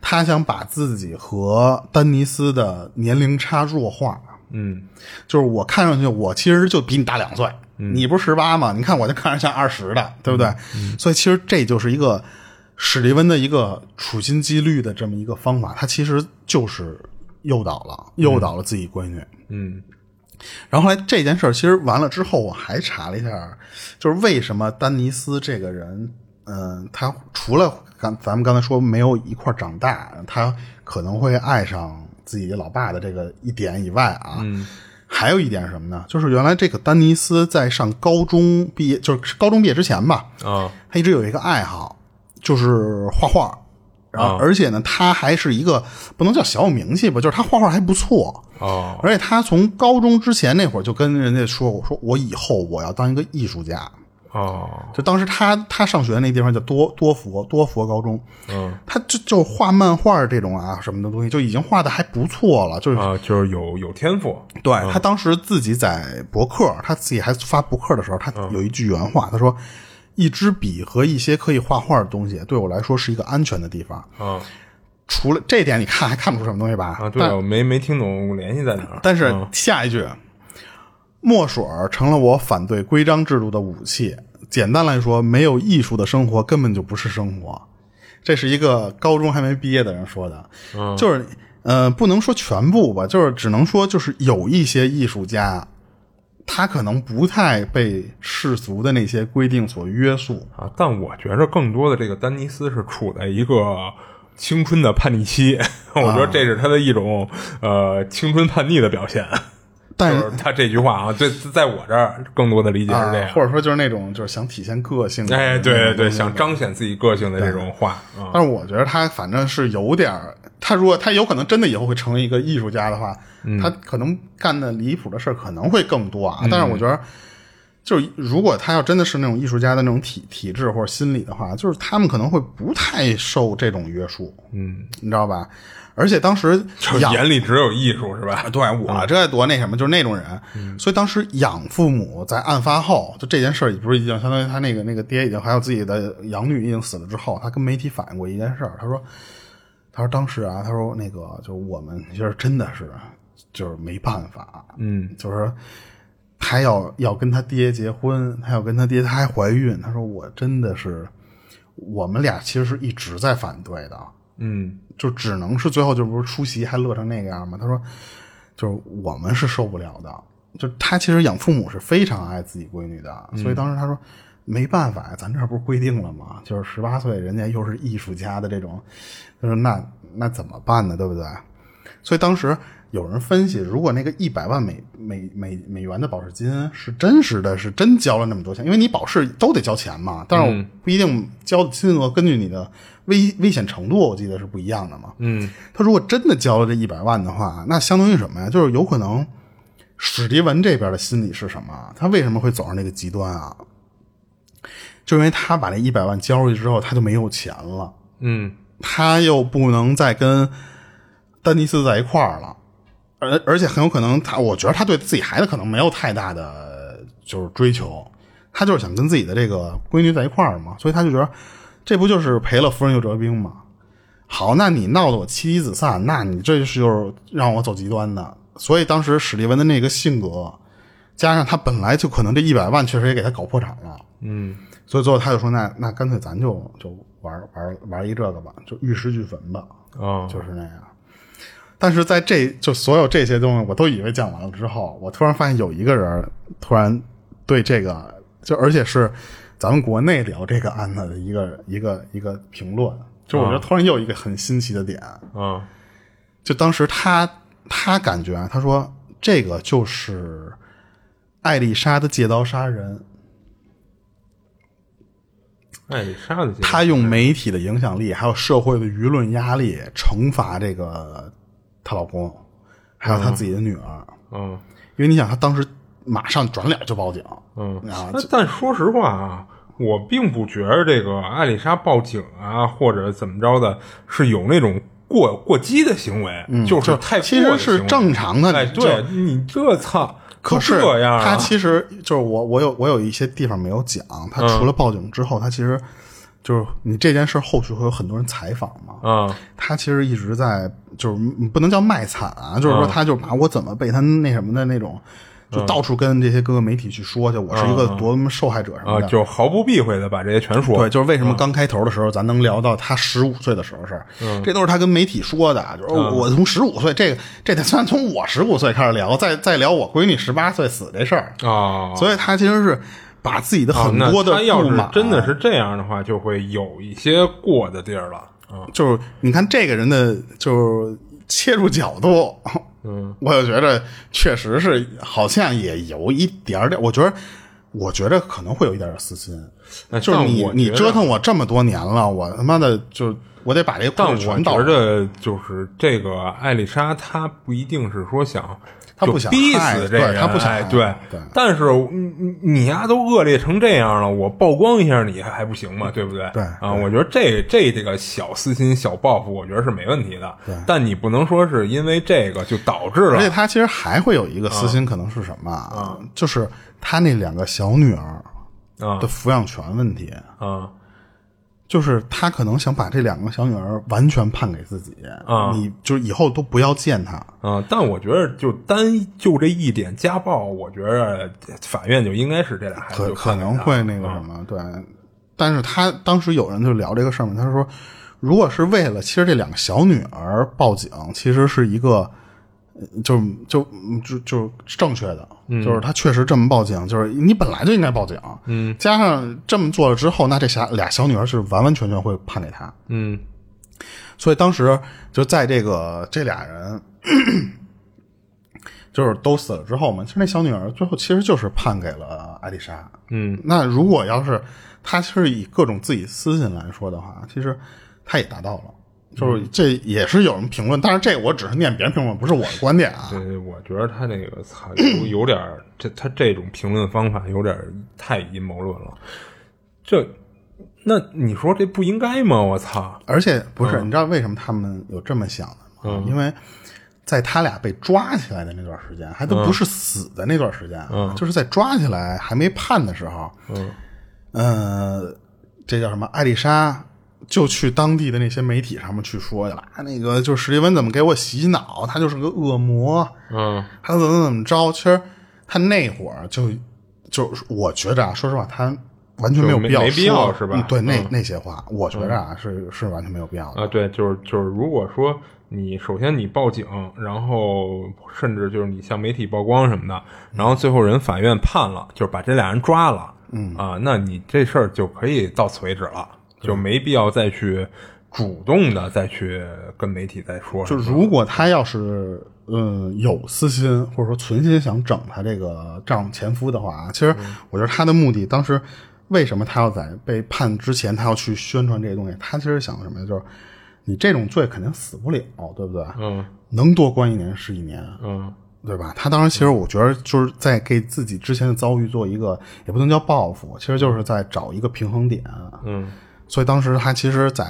S2: 他想把自己和丹尼斯的年龄差弱化。
S3: 嗯
S2: 就是我看上去，我其实就比你大两岁，你不是十八吗？你看我就看着像二十的，对不对？所以其实这就是一个史蒂文的一个处心积虑的这么一个方法，他其实就是诱导了，诱导了自己闺女。
S3: 嗯
S2: 然后后来这件事儿其实完了之后，我还查了一下，就是为什么丹尼斯这个人，嗯、他除了刚咱们刚才说没有一块儿长大，他可能会爱上自己老爸的这个一点以外啊，还有一点是什么呢？就是原来这个丹尼斯在上高中毕业，就是高中毕业之前吧，
S3: 啊
S2: 他一直有一个爱好，就是画画。然后，
S3: 啊
S2: 而且呢，他还是一个不能叫小有名气吧，就是他画画还不错。
S3: 哦
S2: 而且他从高中之前那会儿就跟人家说过，我说我以后我要当一个艺术家。
S3: 哦，
S2: 就当时他他上学那地方叫多多佛多佛高中，
S3: 嗯
S2: 他就就画漫画这种啊什么的东西，就已经画的还不错了，就是
S3: 啊，就是有有天赋，
S2: 对他当时自己在博客，他自己还发博客的时候，他
S3: 啊
S2: 有一句原话，他说：“一支笔和一些可以画画的东西，对我来说是一个安全的地方。
S3: 啊
S2: 除了这点，你看还看不出什么东西吧？
S3: 啊，对啊，
S2: 但
S3: 我没没听懂联系在哪儿，啊
S2: 但是下一句，墨水儿成了我反对规章制度的武器。简单来说，没有艺术的生活根本就不是生活。这是一个高中还没毕业的人说的，
S3: 嗯
S2: 就是呃，不能说全部吧，就是只能说就是有一些艺术家，他可能不太被世俗的那些规定所约束。
S3: 啊，但我觉着更多的这个丹尼斯是处在一个青春的叛逆期， 我觉得这是他的一种呃青春叛逆的表现。
S2: 但
S3: 就是他这句话啊，这在我这儿更多的理解是这
S2: 啊
S3: 样，。
S2: 或者嗯说就是那种就是想体现个性的，
S3: 哎，对对对，想彰显自己个性的这种话啊，
S2: 但是我觉得他反正是有点儿，他如果他有可能真的以后会成为一个艺术家的话，他可能干的离谱的事儿可能会更多啊。但是我觉得，就是如果他要真的是那种艺术家的那种体体质或者心理的话，就是他们可能会不太受这种约束，
S3: 嗯，
S2: 你知道吧？而且当时
S3: 就是
S2: 养
S3: 眼里只有艺术是吧？
S2: 对我这多那什么，就是那种人，所以当时养父母在案发后，就这件事儿，不是已经相当于他那个那个爹已经还有自己的养女已经死了之后，他跟媒体反映过一件事儿，他说，他说当时啊，他说那个就是我们就是真的是就是没办法，
S3: 嗯，
S2: 就是还要要跟他爹结婚，还要跟他爹，他还怀孕，他说我真的是我们俩其实是一直在反对的，
S3: 嗯
S2: 就只能是最后就不是出席还乐成那个样吗？他说，就是我们是受不了的。就他其实养父母是非常爱自己闺女的，所以当时他说没办法，咱这儿不是规定了吗？就是十八岁，人家又是艺术家的这种，他说那那怎么办呢？对不对？所以当时有人分析，如果那个一百万美美美美元的保释金是真实的，是真交了那么多钱，因为你保释都得交钱嘛，但是我不一定交的金额根据你的危危险程度，我记得是不一样的嘛。
S3: 嗯，
S2: 他如果真的交了这一百万的话，那相当于什么呀？就是有可能史迪文这边的心理是什么？他为什么会走上这个极端啊？就因为他把那一百万交出去之后，他就没有钱了。
S3: 嗯
S2: 他又不能再跟丹尼斯在一块儿了，而而且很有可能他，我觉得他对自己孩子可能没有太大的就是追求，他就是想跟自己的这个闺女在一块儿嘛，所以他就觉得这不就是赔了夫人又折兵吗？好，那你闹得我妻离子散，那你这就是就是让我走极端的。所以当时史蒂文的那个性格，加上他本来就可能这一百万确实也给他搞破产了，
S3: 嗯
S2: 所以最后他就说：“那那干脆咱就就玩玩玩一这个吧，就玉石俱焚吧，
S3: 啊，
S2: 就是那样。”但是在这就所有这些东西我都以为讲完了之后，我突然发现有一个人突然对这个就而且是咱们国内聊这个案子的一个一个一个评论，就我觉得突然又一个很新奇的点，
S3: 啊
S2: 就当时他他感觉啊，他说这个就是艾丽莎的借刀杀人，
S3: 艾丽莎的结
S2: 他用媒体的影响力，还有社会的舆论压力，惩罚这个她老公，还有她自己的女儿。
S3: 嗯
S2: 因为你想，她当时马上转脸就报警，
S3: 嗯
S2: 啊
S3: 但但说实话啊，我并不觉着这个艾丽莎报警啊，或者怎么着的，是有那种过过激的行为，就是太
S2: 嗯其
S3: 过
S2: 实
S3: 的行
S2: 是
S3: 为
S2: 正常的。
S3: 哎，
S2: 就
S3: 对你这操，
S2: 可是
S3: 都这样、啊，
S2: 她其实就是我，我有我有一些地方没有讲，她
S3: 嗯
S2: 除了报警之后，她其实就是你这件事后续会有很多人采访嘛，
S3: 啊
S2: 他其实一直在，就是嗯不能叫卖惨啊，就是
S3: 嗯
S2: 说他就把我怎么被他那什么的那种，就到处跟这些各个媒体去说去，我是一个多么受害者什么
S3: 嗯啊，
S2: 的。
S3: 就毫不避讳的把这些全说。
S2: 对，就是为什么刚开头的时候，咱能聊到他十五岁的时候事儿，
S3: 嗯
S2: 这都是他跟媒体说的，就是说我从十五岁，这个这得算从我十五岁开始聊，再再聊我闺女十八岁死这事儿，
S3: 啊，
S2: 所以他其实是把自己的
S3: 啊
S2: 很
S3: 那
S2: 多的
S3: 他要
S2: 不
S3: 是
S2: 满，啊
S3: 真的是这样的话，就会有一些过的地儿了啊。
S2: 就是你看这个人的就是切入角度，嗯，我就觉得确实是好像也有一点儿点，我觉得。我觉得可能会有一点点私心，
S3: 哎
S2: 就是
S3: 但
S2: 你
S3: 我
S2: 你
S3: 觉得
S2: 折腾我这么多年了，我他妈的就我得把这
S3: 但
S2: 故
S3: 我
S2: 事传到
S3: 觉。着就是这个艾丽莎，她不一定是说想，
S2: 她不
S3: 就
S2: 想
S3: 逼
S2: 害
S3: 死这
S2: 对
S3: 人，
S2: 她不想
S3: 哎
S2: 害
S3: 对
S2: 对
S3: 但是你你你呀都恶劣成这样了，我曝光一下你还还不行吗？对不对？
S2: 对
S3: 啊，我觉得这这这个小私心、小报复，我觉得是没问题的。但你不能说是因为这个就导致
S2: 而且
S3: 了
S2: 他其实还会有一个私心，可能是什么啊？就是他那两个小女儿
S3: 啊
S2: 的抚养权问题，
S3: 啊
S2: 就是他可能想把这两个小女儿完全判给自己，
S3: 啊
S2: 你就是以后都不要见她。
S3: 啊！但我觉得就单就这一点家暴，我觉得法院就应该是这俩孩子
S2: 可
S3: 就
S2: 可
S3: 判给
S2: 能
S3: 他
S2: 会那个什么，对。但是他当时有人就聊这个事儿嘛，他说，如果是为了其实这两个小女儿报警，其实是一个，呃就就就就正确的，
S3: 嗯
S2: 就是他确实这么报警，就是你本来就应该报警，嗯，加上这么做了之后，那这俩俩小女儿是完完全全会判给他，
S3: 嗯
S2: 所以当时就在这个这俩人就是都死了之后嘛，其实那小女儿最后其实就是判给了艾丽莎。
S3: 嗯，
S2: 那如果要是她是以各种自己私心来说的话，其实她也达到了。
S3: 嗯
S2: 就是这也是有人评论，但是这个我只是念别人评论，不是我的观点啊。
S3: 对，我觉得他这个操有 有点儿这他这种评论方法有点儿太阴谋论了。这，那你说这不应该吗？我操！
S2: 而且不是，你知道为什么他们有这么想的吗？因为在他俩被抓起来的那段时间，还都不是死的那段时间啊，就是在抓起来还没判的时候，嗯，呃，这叫什么？艾丽莎就去当地的那些媒体上面去说去了，啊那个就是史蒂文怎么给我洗脑，他就是个恶魔，
S3: 嗯
S2: 他怎么怎么着？其实他那会儿就就是我觉着啊，说实话，他完全没有
S3: 就没
S2: 必要
S3: 没必要
S2: 说
S3: 是吧嗯
S2: 嗯对，那那些话，我觉着啊是是完全没有必要的。
S3: 啊，对，就是就是，如果说你首先你报警，然后甚至就是你向媒体曝光什么的，然后最后人法院判了，就是把这俩人抓了，嗯啊，那你这事儿就可以到此为止了，就没必要再去主动的再去跟媒体再说什
S2: 就
S3: 么。
S2: 如果他要是嗯有私心或者说存心想整他这个丈前夫的话啊，其实
S3: 嗯
S2: 我觉得他的目的当时为什么他要在被判之前他要去宣传这些东西？他其实想什么呀？就是你这种罪肯定死不了，对不对？
S3: 嗯
S2: 能多关一年是一年。啊
S3: 嗯。
S2: 对吧？他当时其实我觉得就是在给自己之前的遭遇做一个，也不能叫报复，其实就是在找一个平衡点。啊
S3: 嗯
S2: 所以当时他其实，在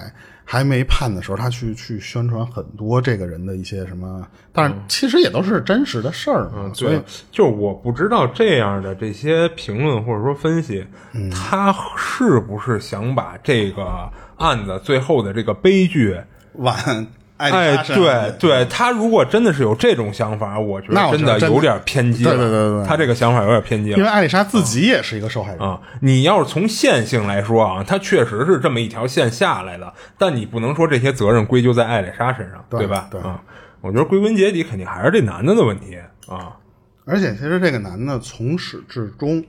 S2: 还没判的时候，他去去宣传很多这个人的一些什么，但是其实也都是真实的事儿嘛。所以
S3: 嗯对，就是我不知道这样的这些评论或者说分析，
S2: 嗯
S3: 他是不是想把这个案子最后的这个悲剧，
S2: 晚艾丽
S3: 哎
S2: 莎，身上
S3: 对对，他如果真的是有这种想法，我觉
S2: 那
S3: 得
S2: 我觉
S3: 真
S2: 得
S3: 的
S2: 真的
S3: 有点偏激了。
S2: 对对对对
S3: 他这个想法有点偏激
S2: 因
S3: 了
S2: 为。艾丽莎自己也是一个受害人。
S3: 啊，你要是从线性来说啊，他确实是这么一条线下来的，但你不能说这些责任归咎在艾丽莎身上，
S2: 对
S3: 对吧？
S2: 对
S3: 啊，我觉得归根结底肯定还是这男的的问题啊。
S2: 而且其实这个男的从始至终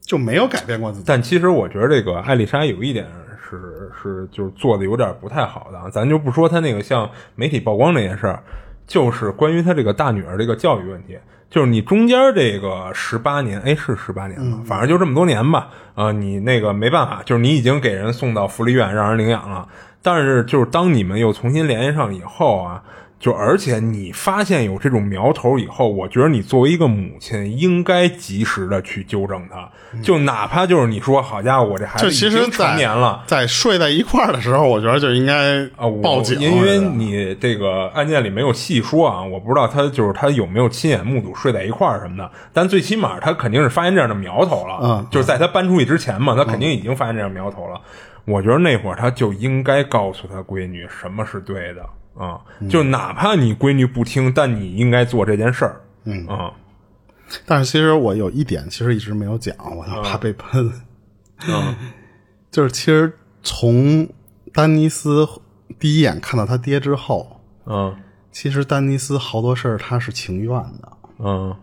S2: 就没有改变过自己。
S3: 但其实我觉得这个艾丽莎有一点是是就是做的有点不太好的，啊，咱就不说她那个像媒体曝光这件事儿，就是关于她这个大女儿这个教育问题，就是你中间这个十八年，哎是十八年吧，反正就这么多年吧，啊、你那个没办法，就是你已经给人送到福利院让人领养了，但是就是当你们又重新联系上以后啊。就而且你发现有这种苗头以后，我觉得你作为一个母亲，应该及时的去纠正他。就哪怕就是你说，好家伙，我这孩子
S2: 嗯就
S3: 已
S2: 其
S3: 经
S2: 实在，
S3: 成年了
S2: 在睡在一块儿的时候，我觉得就应该
S3: 啊，我
S2: 报警，
S3: 因为你这个案件里没有细说啊，我不知道他就是他有没有亲眼目睹睡在一块儿什么的，但最起码他肯定是发现这样的苗头了。
S2: 嗯
S3: 就是在他搬出去之前嘛，他肯定已经发现这样的苗头了。我觉得那会儿他就应该告诉他闺女什么是对的啊，就哪怕你闺女不听，但你应该做这件事儿。嗯啊，
S2: 但是其实我有一点其实一直没有讲，我就
S3: 嗯
S2: 怕被喷。 就是其实从丹尼斯第一眼看到他爹之后，
S3: 嗯
S2: 其实丹尼斯好多事儿他是情愿的，
S3: 嗯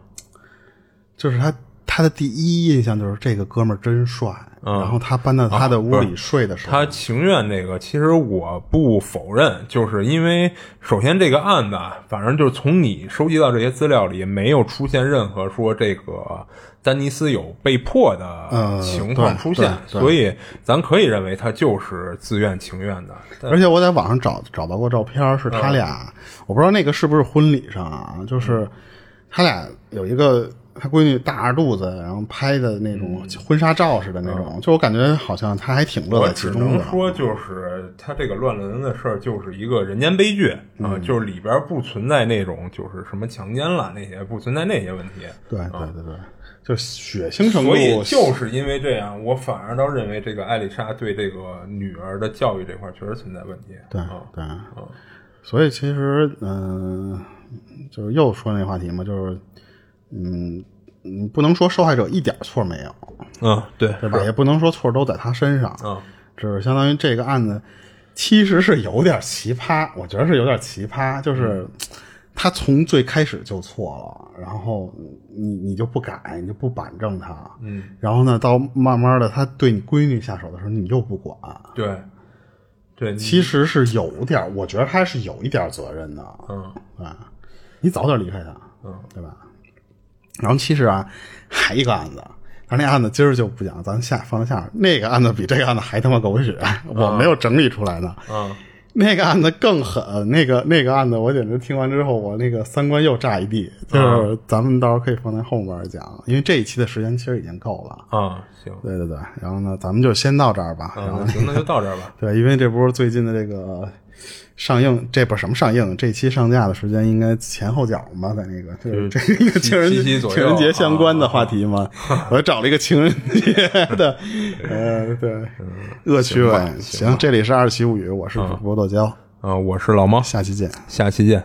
S2: 就是他他的第一印象就是这个哥们儿真帅，
S3: 嗯嗯
S2: 然后他搬到他的屋里睡的时候，
S3: 他情愿这个，其实我不否认，就是因为首先这个案子，啊，反正就是从你收集到这些资料里，没有出现任何说这个丹尼斯有被迫的
S2: 嗯
S3: 情况
S2: 对
S3: 出现，
S2: 对对
S3: 所以咱可以认为他就是自愿情愿的。但
S2: 而且我在网上找找到过照片儿，是他
S3: 嗯
S2: 俩，我不知道那个是不是婚礼上啊，就是他俩有一个他闺女大着肚子，然后拍的那种
S3: 嗯
S2: 婚纱照似的那种，就我感觉好像他还挺乐
S3: 我
S2: 在
S3: 只
S2: 其中
S3: 能
S2: 的。
S3: 说，就是他这个乱伦的事儿，就是一个人间悲剧啊、
S2: 嗯
S3: 就是里边不存在那种就是什么强奸了那些，不存在那些问题。
S2: 对对对对，就血 腥程度，
S3: 嗯所以就是因为这样，我反而倒认为这个艾丽莎对这个女儿的教育这块确实存在问题。
S2: 对
S3: 啊，
S2: 对，所以其实嗯、就是又说那话题嘛，就是嗯，你不能说受害者一点错没有，
S3: 嗯，对，
S2: 对吧？也不能说错都在他身上，
S3: 嗯，
S2: 只是相当于这个案子其实是有点奇葩，我觉得是有点奇葩，就是他从最开始就错了，然后你你就不改，你就不板正他，
S3: 嗯，
S2: 然后呢，到慢慢的他对你闺女下手的时候，你又不管，
S3: 对，对，你
S2: 其实是有点儿，我觉得他是有一点儿责任的，
S3: 嗯
S2: 啊，你早点离开他，
S3: 嗯，
S2: 对吧？然后其实啊，还一个案子，但是那案子今儿就不讲，咱下放在下面。那个案子比这个案子还他妈狗血，我没有整理出来呢。
S3: 嗯，
S2: 那个案子更狠，那个那个案子我简直听完之后，我那个三观又炸一地。
S3: 嗯
S2: 就是咱们到时候可以放在后面讲，因为这一期的时间其实已经够了。
S3: 啊，行，
S2: 对对对，然后呢，咱们就先到这儿吧。然后
S3: 嗯，行，那就到 这儿吧。
S2: 对，因为这不是最近的这个上映，这不是什么上映，这期上架的时间应该前后脚嘛，在那个就是这个一个情人
S3: 嗯七夕
S2: 节
S3: 左右啊
S2: 情人节相关的话题 嘛，我找了一个情人节的，呃，对，
S3: 嗯
S2: 恶趣味。行，这里是二七物语，我是主播豆椒，
S3: 啊，我是老猫，
S2: 下期见。
S3: 下期见。